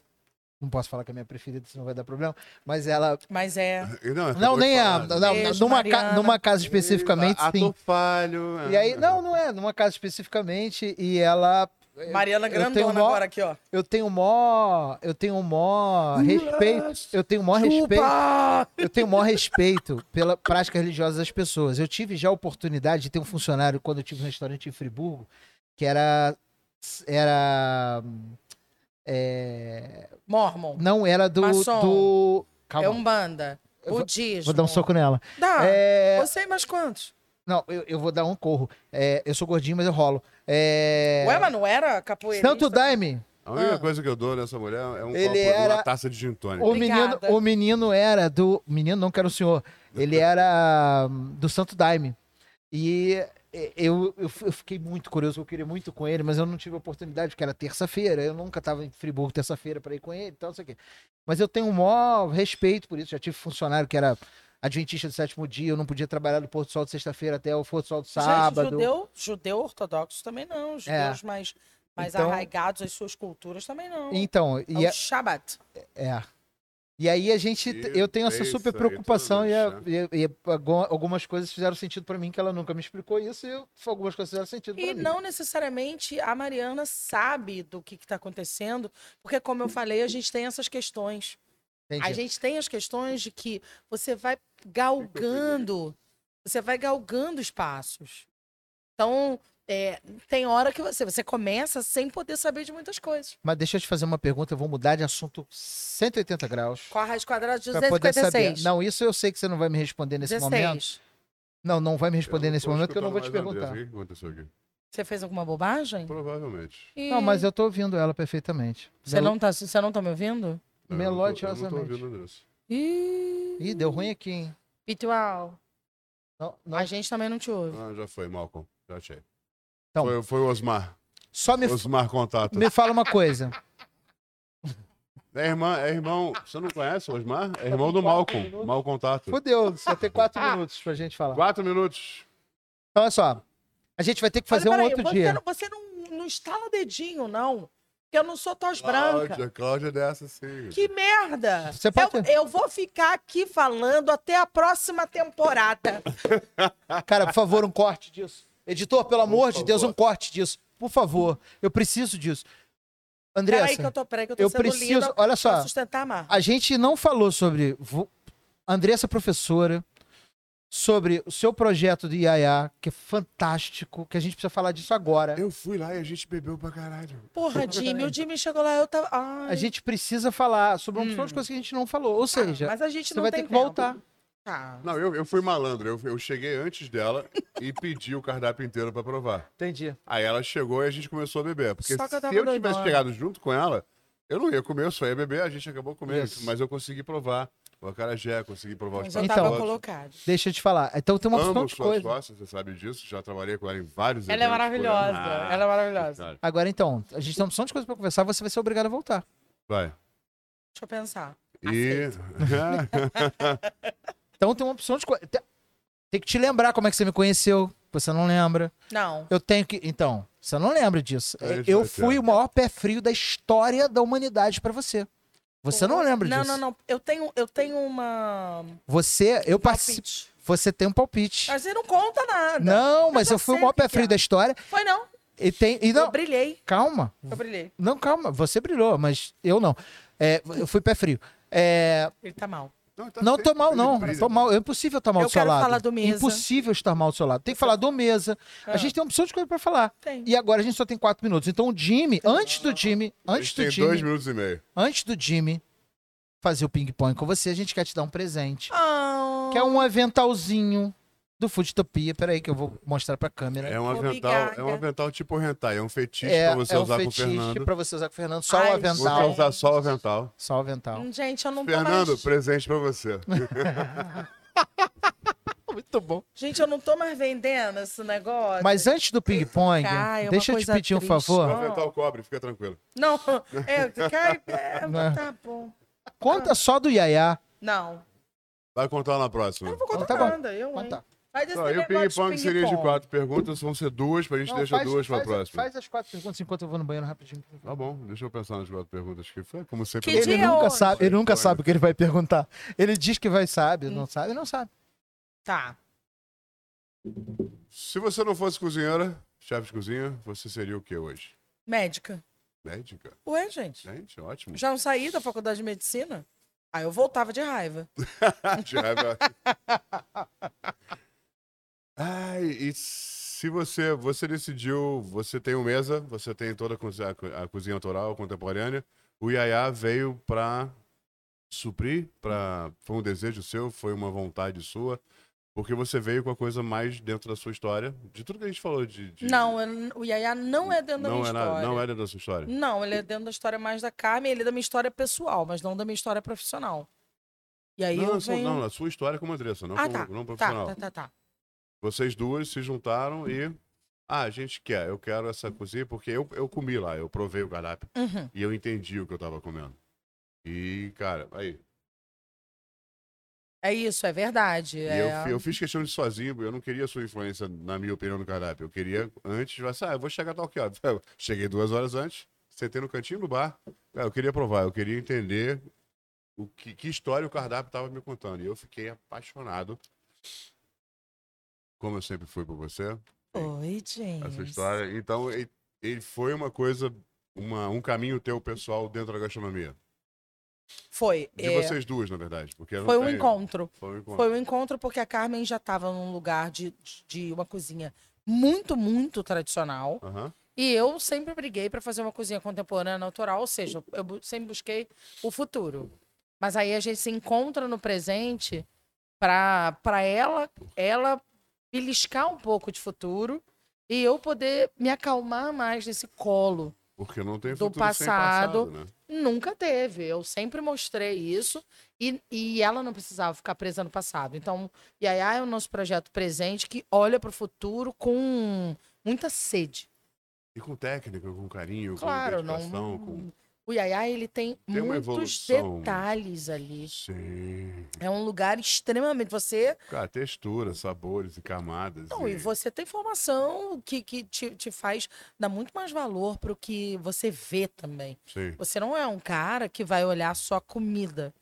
[SPEAKER 1] Não posso falar que é minha preferida, senão vai dar problema. Mas ela.
[SPEAKER 3] Mas é.
[SPEAKER 2] Não,
[SPEAKER 1] Não,
[SPEAKER 2] acabou de
[SPEAKER 1] nem a.
[SPEAKER 2] falar. né?
[SPEAKER 1] Não,
[SPEAKER 3] Beijo,
[SPEAKER 1] numa, ca-
[SPEAKER 3] Mariana.
[SPEAKER 1] numa casa especificamente,
[SPEAKER 2] Ator
[SPEAKER 1] sim.
[SPEAKER 2] falho. é.
[SPEAKER 1] E aí, não, não é, numa casa especificamente, e ela.
[SPEAKER 3] Mariana
[SPEAKER 1] eu tenho
[SPEAKER 3] Grandona
[SPEAKER 1] mó-
[SPEAKER 3] agora aqui, ó.
[SPEAKER 1] Eu tenho mó. Eu tenho mó respeito. Eu tenho mó respeito.
[SPEAKER 3] Chupa!
[SPEAKER 1] Eu tenho o maior respeito pela prática religiosa das pessoas. Eu tive já a oportunidade de ter um funcionário quando eu tive um restaurante em Friburgo, que era. Era. é,
[SPEAKER 3] Mormon.
[SPEAKER 1] não, era do.
[SPEAKER 3] Maçom.
[SPEAKER 1] do calma,
[SPEAKER 3] É um banda.
[SPEAKER 1] Eu vou-
[SPEAKER 3] Budismo.
[SPEAKER 1] vou dar um soco nela.
[SPEAKER 3] Dá.
[SPEAKER 1] É,
[SPEAKER 3] Você e mais quantos?
[SPEAKER 1] não, eu, eu vou dar um corro. É, eu sou gordinho, mas eu rolo. É,
[SPEAKER 3] Ué, mas tá- não era capoeira?
[SPEAKER 1] Santo Daime,
[SPEAKER 2] A única
[SPEAKER 3] Ah.
[SPEAKER 2] coisa que eu dou nessa mulher é um
[SPEAKER 1] Ele
[SPEAKER 2] copo,
[SPEAKER 1] era-
[SPEAKER 2] uma taça de gin tônica.
[SPEAKER 1] o menino,
[SPEAKER 3] Obrigada.
[SPEAKER 1] o menino era do. Menino não, que era o senhor. Ele era hum, do Santo Daime. E eh, eu, eu, f- eu fiquei muito curioso, eu queria muito com ele, mas eu não tive oportunidade, porque era terça-feira. Eu nunca estava em Friburgo terça-feira para ir com ele e tal, não sei o quê. Mas eu tenho o maior respeito por isso. Já tive funcionário que era adventista do sétimo dia, eu não podia trabalhar do Porto Sol de sexta-feira até o Porto Sol do sábado. É.
[SPEAKER 3] Gente, judeu, é um judeu ortodoxo também não. Judeus mais, mais
[SPEAKER 1] Então-
[SPEAKER 3] arraigados às suas culturas também não.
[SPEAKER 1] Então,
[SPEAKER 3] É o
[SPEAKER 1] e, a-
[SPEAKER 3] Shabat.
[SPEAKER 1] É. E aí a gente,
[SPEAKER 2] Meu
[SPEAKER 1] eu tenho essa
[SPEAKER 2] Deus,
[SPEAKER 1] super
[SPEAKER 2] aí
[SPEAKER 1] preocupação
[SPEAKER 2] tudo né?
[SPEAKER 1] e, a-
[SPEAKER 2] lixo,
[SPEAKER 1] e- e algu- algumas coisas fizeram sentido pra mim que ela nunca me explicou isso e eu- algumas coisas fizeram sentido pra
[SPEAKER 3] E
[SPEAKER 1] mim.
[SPEAKER 3] não necessariamente a Mariana sabe do que está acontecendo, porque, como eu falei, a gente tem essas questões.
[SPEAKER 1] Entendi.
[SPEAKER 3] A gente tem as questões de que você vai galgando, você vai galgando espaços. Então, é, tem hora que você, você começa sem poder saber de muitas coisas.
[SPEAKER 1] Mas deixa eu te fazer uma pergunta, eu vou mudar de assunto 180 graus.
[SPEAKER 3] Com a raiz quadrada de
[SPEAKER 1] Pra poder saber.
[SPEAKER 3] 256.
[SPEAKER 1] Não, isso eu sei que você não vai me responder nesse
[SPEAKER 3] 16.
[SPEAKER 1] momento. Não, não vai me responder
[SPEAKER 2] não
[SPEAKER 1] nesse
[SPEAKER 2] tô
[SPEAKER 1] momento que eu não vou te
[SPEAKER 2] escutando mais a
[SPEAKER 1] perguntar.
[SPEAKER 2] Andressa. O que que aconteceu aqui?
[SPEAKER 3] Você fez alguma bobagem?
[SPEAKER 2] Provavelmente.
[SPEAKER 1] Não, mas eu tô ouvindo ela perfeitamente.
[SPEAKER 3] Você não tá, você não tá me ouvindo?
[SPEAKER 2] Não, É, eu não tô-
[SPEAKER 1] Melodiosamente.
[SPEAKER 2] Eu não tô ouvindo, Andressa.
[SPEAKER 3] Ih,
[SPEAKER 1] Ih, deu ruim aqui, hein?
[SPEAKER 3] Pitual.
[SPEAKER 1] Não, não.
[SPEAKER 3] A gente também não te ouve.
[SPEAKER 2] Ah, já foi, Malcolm. Já achei.
[SPEAKER 1] Então.
[SPEAKER 2] Foi, foi o Osmar.
[SPEAKER 1] Só me,
[SPEAKER 2] Osmar Contato.
[SPEAKER 1] me fala uma
[SPEAKER 2] [laughs]
[SPEAKER 1] coisa.
[SPEAKER 2] É, irmã, é irmão. Você não conhece o Osmar? É irmão do Malcolm. Mal Contato.
[SPEAKER 1] Fudeu, só tem quatro minutos pra gente falar.
[SPEAKER 2] Quatro minutos.
[SPEAKER 1] Então, olha só. A gente vai ter que fazer
[SPEAKER 3] Olha,
[SPEAKER 1] um
[SPEAKER 3] peraí,
[SPEAKER 1] outro
[SPEAKER 3] você
[SPEAKER 1] dia.
[SPEAKER 3] Não, você não, não estala dedinho, não. Porque eu não sou tos branca.
[SPEAKER 2] Cláudia, Cláudia é dessa, sim.
[SPEAKER 3] Que merda! Então,
[SPEAKER 1] Você pode-
[SPEAKER 3] eu, eu vou ficar aqui falando até a próxima temporada.
[SPEAKER 1] Cara, por favor, um corte disso. Editor, pelo amor de
[SPEAKER 2] favor.
[SPEAKER 1] Deus, um corte disso. Por favor. Eu preciso disso. Andressa,
[SPEAKER 3] Peraí que eu tô, peraí que eu tô
[SPEAKER 1] eu
[SPEAKER 3] sendo
[SPEAKER 1] preciso-
[SPEAKER 3] linda
[SPEAKER 1] olha só.
[SPEAKER 3] pra sustentar a marra.
[SPEAKER 1] a gente não falou sobre. vo- Andressa, professora. Sobre o seu projeto do IAIA, que é fantástico, que a gente precisa falar disso agora.
[SPEAKER 2] Eu fui lá e a gente bebeu pra caralho.
[SPEAKER 3] Porra, Jimmy, o Jimmy chegou lá, eu tava... Ai,
[SPEAKER 1] A gente precisa falar sobre um monte de coisa que a gente não falou. Ou
[SPEAKER 3] cara,
[SPEAKER 1] seja,
[SPEAKER 3] mas a gente
[SPEAKER 1] você
[SPEAKER 3] não
[SPEAKER 1] vai ter
[SPEAKER 3] tem
[SPEAKER 1] que
[SPEAKER 3] tempo.
[SPEAKER 1] voltar.
[SPEAKER 3] Tá.
[SPEAKER 2] Não, eu, eu fui malandro. Eu, eu cheguei antes dela e pedi o cardápio inteiro pra provar.
[SPEAKER 1] Entendi.
[SPEAKER 2] Aí ela chegou e a gente começou a beber. Porque
[SPEAKER 3] Só que eu
[SPEAKER 2] se
[SPEAKER 3] tava
[SPEAKER 2] eu tivesse
[SPEAKER 3] doidona.
[SPEAKER 2] chegado junto com ela, eu não ia comer, eu só ia beber, a gente acabou comendo.
[SPEAKER 1] Isso.
[SPEAKER 2] Mas eu consegui provar o acarajé, consegui provar os
[SPEAKER 3] Mas eu
[SPEAKER 1] Então-
[SPEAKER 3] tava um colocado.
[SPEAKER 1] Deixa eu te falar. Então tem uma opção
[SPEAKER 2] Amo
[SPEAKER 1] de
[SPEAKER 2] suas
[SPEAKER 1] coisa.
[SPEAKER 2] sócias, você sabe disso, já trabalhei com ela em vários
[SPEAKER 3] Ela é
[SPEAKER 2] eventos por
[SPEAKER 3] maravilhosa,
[SPEAKER 2] Ah,
[SPEAKER 3] ela é maravilhosa.
[SPEAKER 2] cara.
[SPEAKER 1] Agora então, a gente tem uma opção de coisa pra conversar, você vai ser obrigado a voltar.
[SPEAKER 2] Vai.
[SPEAKER 3] Deixa eu pensar.
[SPEAKER 2] E... [laughs]
[SPEAKER 1] Então tem uma opção de coisa. Tem- Tem que te lembrar como é que você me conheceu. Você não lembra.
[SPEAKER 3] Não.
[SPEAKER 1] Eu tenho que. Então, você não lembra disso.
[SPEAKER 2] É,
[SPEAKER 1] eu
[SPEAKER 2] já, já.
[SPEAKER 1] fui o maior pé frio da história da humanidade pra você. Você não lembra
[SPEAKER 3] não,
[SPEAKER 1] disso.
[SPEAKER 3] Não, não, Eu tenho, eu tenho uma...
[SPEAKER 1] Você, eu participo.
[SPEAKER 3] palpite.
[SPEAKER 1] Você tem um palpite.
[SPEAKER 3] Mas você não conta nada.
[SPEAKER 1] Não, mas
[SPEAKER 3] eu
[SPEAKER 1] eu fui o
[SPEAKER 3] sei
[SPEAKER 1] maior
[SPEAKER 3] o que
[SPEAKER 1] pé
[SPEAKER 3] que
[SPEAKER 1] frio
[SPEAKER 3] é.
[SPEAKER 1] da história.
[SPEAKER 3] Foi não.
[SPEAKER 1] E tem. E
[SPEAKER 3] Eu
[SPEAKER 1] não,
[SPEAKER 3] brilhei.
[SPEAKER 1] calma.
[SPEAKER 3] Eu brilhei.
[SPEAKER 1] Não, calma. Você brilhou, mas eu não. É, eu fui pé frio. É,
[SPEAKER 3] Ele tá mal.
[SPEAKER 2] tá
[SPEAKER 1] Não
[SPEAKER 2] feito,
[SPEAKER 1] tô mal,
[SPEAKER 2] ele
[SPEAKER 1] não.
[SPEAKER 2] brilha.
[SPEAKER 1] Tô mal. É impossível estar mal
[SPEAKER 3] Eu
[SPEAKER 1] do seu
[SPEAKER 3] quero
[SPEAKER 1] lado.
[SPEAKER 3] falar do Mesa.
[SPEAKER 1] Impossível estar mal do seu lado. Tem que falar do Mesa. A
[SPEAKER 3] Ah.
[SPEAKER 1] gente tem uma opção de coisa pra falar.
[SPEAKER 3] Tem.
[SPEAKER 1] E agora a gente só tem quatro minutos. Então o Jimmy, antes do Jimmy,
[SPEAKER 2] A
[SPEAKER 1] antes
[SPEAKER 2] gente
[SPEAKER 1] do
[SPEAKER 2] tem dois
[SPEAKER 1] Jimmy,
[SPEAKER 2] minutos e meio.
[SPEAKER 1] antes do Jimmy fazer o ping-pong com você, a gente quer te dar um presente.
[SPEAKER 3] Ah,
[SPEAKER 1] Que é um aventalzinho do Foodtopia. Peraí que eu vou mostrar pra câmera.
[SPEAKER 2] É um avental,
[SPEAKER 3] Obrigada.
[SPEAKER 2] é um avental tipo hentai, é um fetiche
[SPEAKER 1] É-
[SPEAKER 2] pra você
[SPEAKER 1] é um
[SPEAKER 2] usar com o
[SPEAKER 1] fetiche
[SPEAKER 2] Fernando.
[SPEAKER 1] pra você usar com o Fernando. Só
[SPEAKER 3] Ai,
[SPEAKER 1] o
[SPEAKER 2] Vou
[SPEAKER 1] avental.
[SPEAKER 3] gente.
[SPEAKER 2] usar só o avental.
[SPEAKER 1] Só o avental.
[SPEAKER 3] Gente, eu não tô
[SPEAKER 1] Ah.
[SPEAKER 2] Fernando,
[SPEAKER 3] mais...
[SPEAKER 2] presente pra você.
[SPEAKER 1] Muito bom.
[SPEAKER 3] Gente, eu não tô mais vendendo esse negócio.
[SPEAKER 1] Mas antes do ping-pong,
[SPEAKER 3] Cara, é uma
[SPEAKER 1] deixa eu te
[SPEAKER 3] coisa
[SPEAKER 1] pedir um
[SPEAKER 3] triste.
[SPEAKER 1] favor.
[SPEAKER 2] Vai ventar o cobre, fica tranquilo.
[SPEAKER 3] Não, é, cai, é,
[SPEAKER 1] Não.
[SPEAKER 3] tá bom.
[SPEAKER 1] Conta só do Yaya.
[SPEAKER 3] Não,
[SPEAKER 2] Vai contar na
[SPEAKER 3] eu
[SPEAKER 2] próxima.
[SPEAKER 3] não vou contar
[SPEAKER 1] Então tá bom.
[SPEAKER 3] nada, eu, hein.
[SPEAKER 1] Mas tá.
[SPEAKER 3] Faz esse
[SPEAKER 2] Não, e o
[SPEAKER 3] negócio de
[SPEAKER 2] ping-pong seria de
[SPEAKER 3] ping-pong.
[SPEAKER 2] quatro perguntas, vão ser duas, pra gente
[SPEAKER 1] Não,
[SPEAKER 2] deixar
[SPEAKER 1] faz-
[SPEAKER 2] duas pra
[SPEAKER 1] faz-
[SPEAKER 2] próxima.
[SPEAKER 1] Faz as quatro perguntas enquanto eu vou no banheiro rapidinho.
[SPEAKER 2] Tá bom, deixa eu pensar nas quatro perguntas que foi, como sempre.
[SPEAKER 3] Que
[SPEAKER 2] eu-
[SPEAKER 1] Ele
[SPEAKER 3] dia
[SPEAKER 1] nunca,
[SPEAKER 3] hoje?
[SPEAKER 1] sabe, ele nunca
[SPEAKER 2] Ping-pong.
[SPEAKER 1] sabe o que ele vai perguntar. Ele diz que vai sabe, não sabe, não sabe.
[SPEAKER 3] Tá.
[SPEAKER 2] Se você não fosse cozinheira, chefe de cozinha, você seria o que hoje?
[SPEAKER 3] Médica.
[SPEAKER 2] Médica?
[SPEAKER 3] Ué, gente,
[SPEAKER 2] Gente, ótimo.
[SPEAKER 3] já não saí da faculdade de medicina? Aí eu voltava de raiva.
[SPEAKER 2] [laughs] Já é verdade. Ai, e se você, você decidiu, você tem o mesa, você tem toda a cozinha, a co- a cozinha autoral, contemporânea, o Yaya veio pra suprir, pra, foi um desejo seu, foi uma vontade sua, porque você veio com a coisa mais dentro da sua história, de tudo que a gente falou de... de-
[SPEAKER 3] Não, eu- o Yaya não é dentro da
[SPEAKER 2] não
[SPEAKER 3] minha
[SPEAKER 2] é
[SPEAKER 3] história.
[SPEAKER 2] nada, não é dentro da sua história.
[SPEAKER 3] Não, ele é dentro da história mais da Carmen, ele é da minha história pessoal, mas não da minha história profissional. E aí
[SPEAKER 2] não,
[SPEAKER 3] eu
[SPEAKER 2] só-
[SPEAKER 3] venho...
[SPEAKER 2] não, a sua história como Andressa, não
[SPEAKER 3] ah,
[SPEAKER 2] como
[SPEAKER 3] tá.
[SPEAKER 2] não
[SPEAKER 3] tá,
[SPEAKER 2] profissional.
[SPEAKER 3] tá, tá, tá.
[SPEAKER 2] Vocês duas se juntaram e. Ah, a gente quer, eu quero essa cozinha, porque eu, eu comi lá, eu provei o cardápio
[SPEAKER 3] Uhum.
[SPEAKER 2] e eu entendi o que eu tava comendo. E, cara, aí.
[SPEAKER 3] É isso, é verdade.
[SPEAKER 2] E
[SPEAKER 3] é-
[SPEAKER 2] eu, fi- eu fiz questão de sozinho, eu não queria sua influência, na minha opinião, no cardápio. Eu queria, antes, eu assim, ah, eu vou chegar tal que hora. [laughs] Eu cheguei duas horas antes, sentei no cantinho do bar. Cara, eu queria provar, eu queria entender o que, que história o cardápio tava me contando. E eu fiquei apaixonado. Como eu sempre fui por você,
[SPEAKER 3] Oi, gente.
[SPEAKER 2] essa história. Então, ele- ele foi uma coisa, uma, um caminho teu pessoal dentro da gastronomia.
[SPEAKER 3] Foi.
[SPEAKER 2] De
[SPEAKER 3] é,
[SPEAKER 2] vocês duas, na verdade. Porque eu não
[SPEAKER 3] Foi um
[SPEAKER 2] tenho-
[SPEAKER 3] encontro.
[SPEAKER 2] Foi um encontro.
[SPEAKER 3] Foi um encontro porque a Carmen já estava num lugar de, de uma cozinha muito, muito tradicional.
[SPEAKER 2] Aham.
[SPEAKER 3] E eu sempre briguei para fazer uma cozinha contemporânea, autoral, ou seja, eu bu- sempre busquei o futuro. Mas aí a gente se encontra no presente para ela, ela beliscar um pouco de futuro e eu poder me acalmar mais nesse colo
[SPEAKER 2] Porque não tem
[SPEAKER 3] Do
[SPEAKER 2] futuro sem passado,
[SPEAKER 3] passado.
[SPEAKER 2] né?
[SPEAKER 3] Nunca teve. Eu sempre mostrei isso e, e ela não precisava ficar presa no passado. Então, Yaya é o nosso projeto presente que olha para o futuro com muita sede.
[SPEAKER 2] E com técnica, com carinho,
[SPEAKER 3] Claro,
[SPEAKER 2] com dedicação,
[SPEAKER 3] não.
[SPEAKER 2] com...
[SPEAKER 3] O Yaya ele tem,
[SPEAKER 2] Tem uma
[SPEAKER 3] muitos
[SPEAKER 2] evolução.
[SPEAKER 3] detalhes ali.
[SPEAKER 2] Sim.
[SPEAKER 3] É um lugar extremamente você.
[SPEAKER 2] Cara, textura, sabores e camadas.
[SPEAKER 3] Não, e
[SPEAKER 2] e-
[SPEAKER 3] você tem formação que, que te, te faz dar muito mais valor para o que você vê também.
[SPEAKER 2] Sim.
[SPEAKER 3] Você não é um cara que vai olhar só a comida.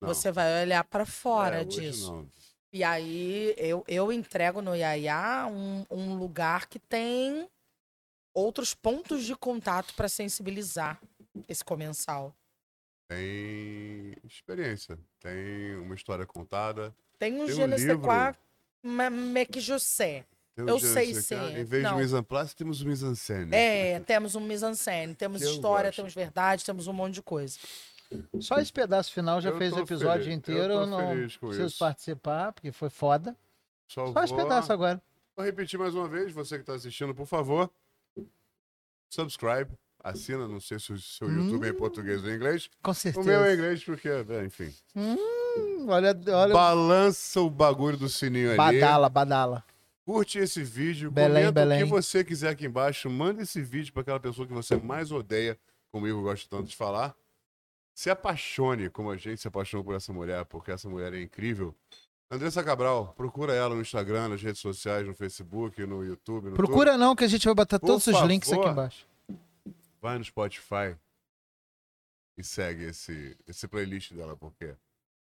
[SPEAKER 2] Não.
[SPEAKER 3] Você vai olhar para fora
[SPEAKER 2] É, hoje
[SPEAKER 3] disso.
[SPEAKER 2] não.
[SPEAKER 3] E aí eu, eu entrego no Yaya um, um lugar que tem outros pontos de contato para sensibilizar esse comensal.
[SPEAKER 2] Tem experiência, tem uma história contada.
[SPEAKER 3] Tem
[SPEAKER 2] Tem
[SPEAKER 3] um
[SPEAKER 2] um
[SPEAKER 3] je ne sais
[SPEAKER 2] livro.
[SPEAKER 3] quoi, ma- mais que je sais.
[SPEAKER 2] Tem um
[SPEAKER 3] Eu
[SPEAKER 2] dia, não
[SPEAKER 3] sei
[SPEAKER 2] o quê.
[SPEAKER 3] ser.
[SPEAKER 2] Em vez
[SPEAKER 3] Não.
[SPEAKER 2] de mise en place, temos mise en scène.
[SPEAKER 3] É, temos um mise-en-scène, temos
[SPEAKER 2] Eu
[SPEAKER 3] história,
[SPEAKER 2] gosto.
[SPEAKER 3] temos verdade, temos um monte de coisa.
[SPEAKER 1] Só esse pedaço final já
[SPEAKER 2] Eu
[SPEAKER 1] fez o
[SPEAKER 2] tô
[SPEAKER 1] episódio
[SPEAKER 2] feliz, eu
[SPEAKER 1] inteiro.
[SPEAKER 2] tô
[SPEAKER 1] Eu não
[SPEAKER 2] feliz com
[SPEAKER 1] preciso
[SPEAKER 2] isso.
[SPEAKER 1] participar, porque foi foda.
[SPEAKER 2] Só,
[SPEAKER 1] Só esse
[SPEAKER 2] vou-
[SPEAKER 1] pedaço agora.
[SPEAKER 2] Vou repetir mais uma vez, você que está assistindo, por favor, subscribe, assina, não sei se o seu YouTube é
[SPEAKER 1] Hum.
[SPEAKER 2] em português ou em inglês.
[SPEAKER 1] Com
[SPEAKER 2] O meu é em
[SPEAKER 1] certeza.
[SPEAKER 2] inglês porque, é, enfim.
[SPEAKER 1] Hum, olha, olha.
[SPEAKER 2] Balança o bagulho do sininho ali.
[SPEAKER 1] Badala, badala.
[SPEAKER 2] Curte esse vídeo,
[SPEAKER 1] Belém,
[SPEAKER 2] comenta
[SPEAKER 1] Belém.
[SPEAKER 2] o que você quiser aqui embaixo, manda esse vídeo para aquela pessoa que você mais odeia, como eu gosto tanto de falar. Se apaixone como a gente se apaixonou por essa mulher, porque essa mulher é incrível. Andressa Cabral, procura ela no Instagram, nas redes sociais, no Facebook, no YouTube, no tudo.
[SPEAKER 1] Procura não, que a gente vai botar
[SPEAKER 2] Por
[SPEAKER 1] todos os links aqui
[SPEAKER 2] favor.
[SPEAKER 1] embaixo.
[SPEAKER 2] vai no Spotify e segue esse, esse playlist dela, porque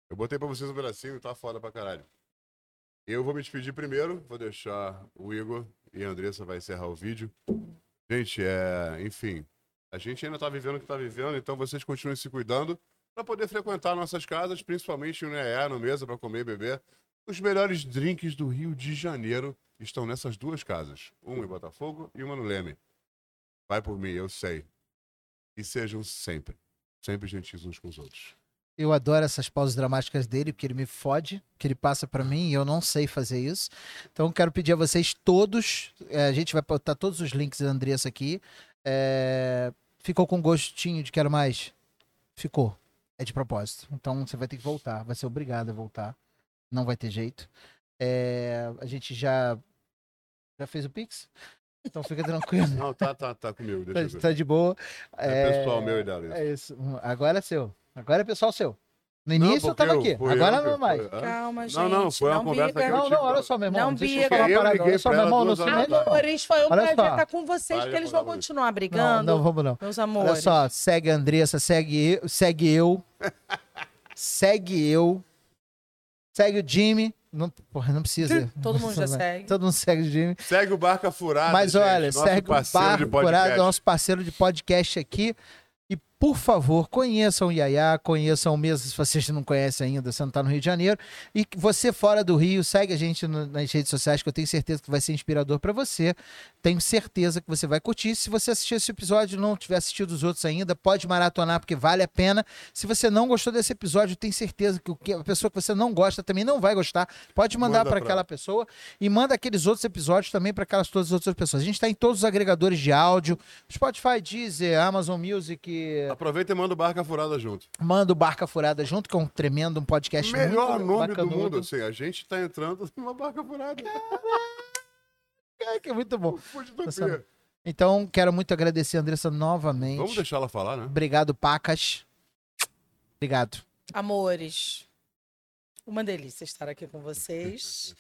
[SPEAKER 2] eu botei pra vocês um pedacinho e tá foda pra caralho. Eu vou me despedir primeiro, vou deixar o Igor e a Andressa vai encerrar o vídeo. Gente, é, enfim, a gente ainda tá vivendo o que tá vivendo, então vocês continuem se cuidando pra poder frequentar nossas casas, principalmente no EA, no mesa pra comer e beber. Os melhores drinks do Rio de Janeiro estão nessas duas casas, uma em Botafogo e uma no Leme. Vai por mim, eu sei. E sejam sempre, sempre gentis uns com os outros.
[SPEAKER 1] Eu adoro essas pausas dramáticas dele, porque ele me fode, que ele passa pra mim e eu não sei fazer isso. Então, quero pedir a vocês todos, eh, a gente vai botar todos os links da Andressa aqui. Eh, ficou com gostinho de quero mais? Ficou. É de propósito. Então, você vai ter que voltar. Vai ser obrigado a voltar. Não vai ter jeito. É, a gente já, já fez o Pix, então fica tranquilo.
[SPEAKER 2] Não, tá, tá, tá comigo.
[SPEAKER 1] tá,
[SPEAKER 2] Deixa eu ver.
[SPEAKER 1] [laughs] tá de boa.
[SPEAKER 2] É pessoal meu e dela. isso.
[SPEAKER 1] É isso. Agora é seu. Agora é pessoal seu. No
[SPEAKER 2] Não,
[SPEAKER 1] início eu
[SPEAKER 2] porque
[SPEAKER 1] tava aqui.
[SPEAKER 2] fui é.
[SPEAKER 1] Agora
[SPEAKER 2] eu que-
[SPEAKER 1] não mais.
[SPEAKER 2] foi- Hã?
[SPEAKER 3] Calma, gente.
[SPEAKER 2] Não, não, foi uma conversa que
[SPEAKER 3] briga.
[SPEAKER 2] eu
[SPEAKER 1] Não,
[SPEAKER 2] tive
[SPEAKER 1] não,
[SPEAKER 2] com
[SPEAKER 1] olha
[SPEAKER 2] ela.
[SPEAKER 1] só, meu irmão.
[SPEAKER 3] Não
[SPEAKER 1] deixa eu
[SPEAKER 3] bica.
[SPEAKER 1] falar uma
[SPEAKER 2] Eu
[SPEAKER 1] parada.
[SPEAKER 2] liguei
[SPEAKER 1] Olha só,
[SPEAKER 2] pra
[SPEAKER 1] meu
[SPEAKER 2] ela
[SPEAKER 1] irmão, não
[SPEAKER 2] duas
[SPEAKER 1] se
[SPEAKER 2] horas
[SPEAKER 1] mete,
[SPEAKER 2] atrás.
[SPEAKER 1] não.
[SPEAKER 3] Amores, foi um
[SPEAKER 1] Olha
[SPEAKER 3] prazer
[SPEAKER 1] só.
[SPEAKER 3] estar com vocês,
[SPEAKER 2] Vai,
[SPEAKER 3] que eles
[SPEAKER 2] já
[SPEAKER 3] vão
[SPEAKER 2] falamos.
[SPEAKER 3] continuar
[SPEAKER 1] Não,
[SPEAKER 3] brigando.
[SPEAKER 1] não vamos não.
[SPEAKER 3] Meus
[SPEAKER 1] Olha
[SPEAKER 3] amores.
[SPEAKER 1] só, segue a Andressa, segue eu, segue eu. segue eu. Segue o Jimmy. Não, porra, não precisa.
[SPEAKER 3] Todo mundo já segue.
[SPEAKER 1] Todo mundo segue o Jimmy.
[SPEAKER 2] Segue o Barca Furada.
[SPEAKER 1] Mas
[SPEAKER 2] gente,
[SPEAKER 1] olha,
[SPEAKER 2] nosso
[SPEAKER 1] segue o
[SPEAKER 2] parceiro de
[SPEAKER 1] Barco Curado,
[SPEAKER 2] podcast.
[SPEAKER 1] nosso parceiro de podcast aqui. E, por favor, conheçam o Yaya, conheçam o Mesa, se vocês não conhecem ainda, você não está no Rio de Janeiro. E que você fora do Rio, segue a gente no- nas redes sociais, que eu tenho certeza que vai ser inspirador para você. Tenho certeza que você vai curtir. Se você assistir esse episódio e não tiver assistido os outros ainda, pode maratonar, porque vale a pena. Se você não gostou desse episódio, eu tenho certeza que o que- a pessoa que você não gosta também não vai gostar. Pode mandar para
[SPEAKER 2] Manda pra
[SPEAKER 1] aquela
[SPEAKER 2] ela.
[SPEAKER 1] pessoa e manda aqueles outros episódios também para aquelas todas as outras pessoas. A gente está em todos os agregadores de áudio, Spotify, Deezer, Amazon Music,
[SPEAKER 2] Aproveita e manda o Barca Furada junto.
[SPEAKER 1] manda o Barca Furada junto, que é um tremendo um podcast
[SPEAKER 2] Melhor
[SPEAKER 1] muito
[SPEAKER 2] nome do
[SPEAKER 1] bacanudo.
[SPEAKER 2] mundo, assim, a gente tá entrando [laughs] numa Barca Furada.
[SPEAKER 1] É, que é muito bom.
[SPEAKER 2] Fude
[SPEAKER 1] Essa-
[SPEAKER 2] da
[SPEAKER 1] Então, quero muito agradecer a Andressa novamente.
[SPEAKER 2] Vamos deixar ela falar, né?
[SPEAKER 1] Obrigado, Pacas. Obrigado.
[SPEAKER 3] Amores, uma delícia estar aqui com vocês.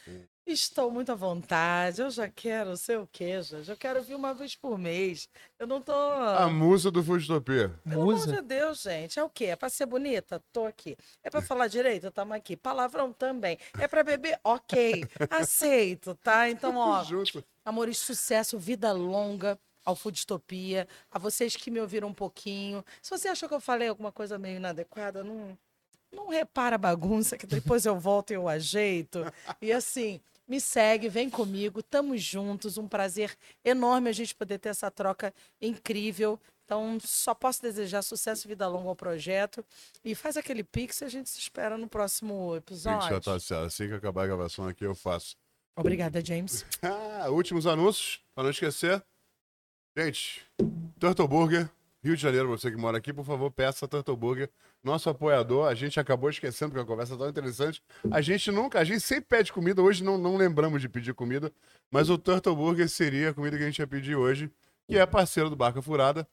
[SPEAKER 3] Estou muito à vontade. Eu já quero, sei o quê, gente. Eu quero vir uma vez por mês. Eu não tô.
[SPEAKER 2] A musa do Fugitopia.
[SPEAKER 3] Pelo amor
[SPEAKER 1] Musa.
[SPEAKER 3] de Deus, gente. É o quê? É pra ser bonita? Tô aqui. É pra falar direito? Tamo aqui. Palavrão também. É pra beber? Ok. Aceito, tá? Então, ó.
[SPEAKER 2] Junto.
[SPEAKER 3] Amores, sucesso, vida longa ao Foodtopia, a vocês que me ouviram um pouquinho. Se você achou que eu falei alguma coisa meio inadequada, não, não repara a bagunça, que depois eu volto e eu ajeito. E assim, me segue, vem comigo, tamo juntos. Um prazer enorme a gente poder ter essa troca incrível. Então, só posso desejar sucesso e vida longa ao projeto. E faz aquele pix e a gente se espera no próximo
[SPEAKER 2] Gente, já
[SPEAKER 3] episódio.
[SPEAKER 2] tá assim, assim que acabar a gravação aqui, eu faço.
[SPEAKER 3] Obrigada, James.
[SPEAKER 2] Ah, últimos anúncios, pra não esquecer. Gente, Turtle Burger, Rio de Janeiro, você que mora aqui, por favor, peça Turtle Burger, nosso apoiador. A gente acabou esquecendo porque a conversa é tão interessante. A gente nunca, a gente sempre pede comida, hoje não, não lembramos de pedir comida, mas o Turtle Burger seria a comida que a gente ia pedir hoje, que é parceiro do Barca Furada.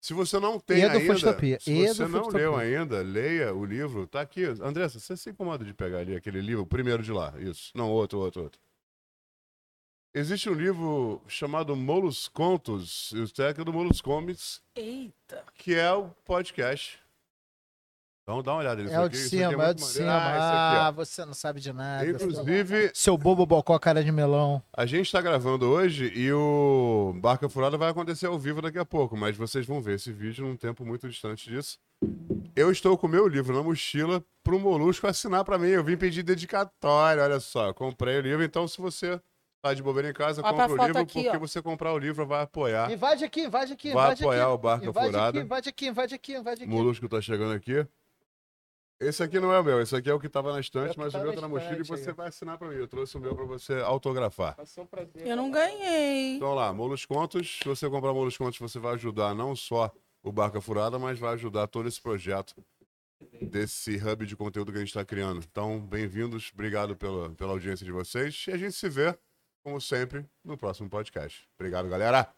[SPEAKER 2] Se você não tem
[SPEAKER 1] E é do
[SPEAKER 2] ainda,
[SPEAKER 1] Fustopia,
[SPEAKER 2] se
[SPEAKER 1] e é
[SPEAKER 2] você
[SPEAKER 1] do
[SPEAKER 2] não
[SPEAKER 1] Fustopia.
[SPEAKER 2] leu ainda, leia o livro, tá aqui. Andressa, você se incomoda de pegar ali aquele livro, o primeiro de lá, isso. Não, outro, outro, outro. Existe um livro chamado Molos Contos, e o técnico é do Molos Comics,
[SPEAKER 3] Eita!
[SPEAKER 2] que é o podcast. Então dá uma olhada nisso
[SPEAKER 1] É o
[SPEAKER 2] aqui.
[SPEAKER 1] de
[SPEAKER 2] isso aqui
[SPEAKER 1] cima, é o
[SPEAKER 2] muito
[SPEAKER 1] de
[SPEAKER 2] maneiro.
[SPEAKER 1] cima. Ah,
[SPEAKER 2] Ah,
[SPEAKER 1] você não sabe de
[SPEAKER 2] isso
[SPEAKER 1] nada. é
[SPEAKER 2] aqui, ó. Inclusive,
[SPEAKER 1] Seu bobo bocó, cara de melão.
[SPEAKER 2] a gente tá gravando hoje e o Barca Furada vai acontecer ao vivo daqui a pouco, mas vocês vão ver esse vídeo num tempo muito distante disso. Eu estou com o meu livro na mochila pro Molusco assinar pra mim. Eu vim pedir dedicatória, olha só. Comprei o livro, então se você tá de bobeira em casa,
[SPEAKER 3] Ó, tá a
[SPEAKER 2] compra o
[SPEAKER 3] foto
[SPEAKER 2] livro,
[SPEAKER 3] aqui,
[SPEAKER 2] porque
[SPEAKER 3] ó.
[SPEAKER 2] você comprar o livro vai apoiar.
[SPEAKER 1] Invade aqui, invade aqui,
[SPEAKER 2] Ah. Vai
[SPEAKER 1] invade
[SPEAKER 2] apoiar
[SPEAKER 1] aqui.
[SPEAKER 2] o Barca
[SPEAKER 1] invade
[SPEAKER 2] Furada.
[SPEAKER 1] aqui, invade aqui, invade aqui, invade
[SPEAKER 2] O
[SPEAKER 1] aqui.
[SPEAKER 2] Molusco tá chegando aqui. Esse aqui não é o meu, esse aqui é o que tava na
[SPEAKER 1] É o
[SPEAKER 2] estante,
[SPEAKER 1] que
[SPEAKER 2] mas o
[SPEAKER 1] tá
[SPEAKER 2] meu
[SPEAKER 1] na
[SPEAKER 2] tá na mochila e
[SPEAKER 1] estante aí,
[SPEAKER 2] você
[SPEAKER 1] ó.
[SPEAKER 2] vai assinar pra mim. Eu trouxe o meu pra você autografar.
[SPEAKER 3] Eu não ganhei.
[SPEAKER 2] Então lá, Molos Contos. Se você comprar Molos Contos, você vai ajudar não só o Barca Furada, mas vai ajudar todo esse projeto desse hub de conteúdo que a gente está criando. Então, bem-vindos, obrigado pela, pela audiência de vocês e a gente se vê, como sempre, no próximo podcast. Obrigado, galera!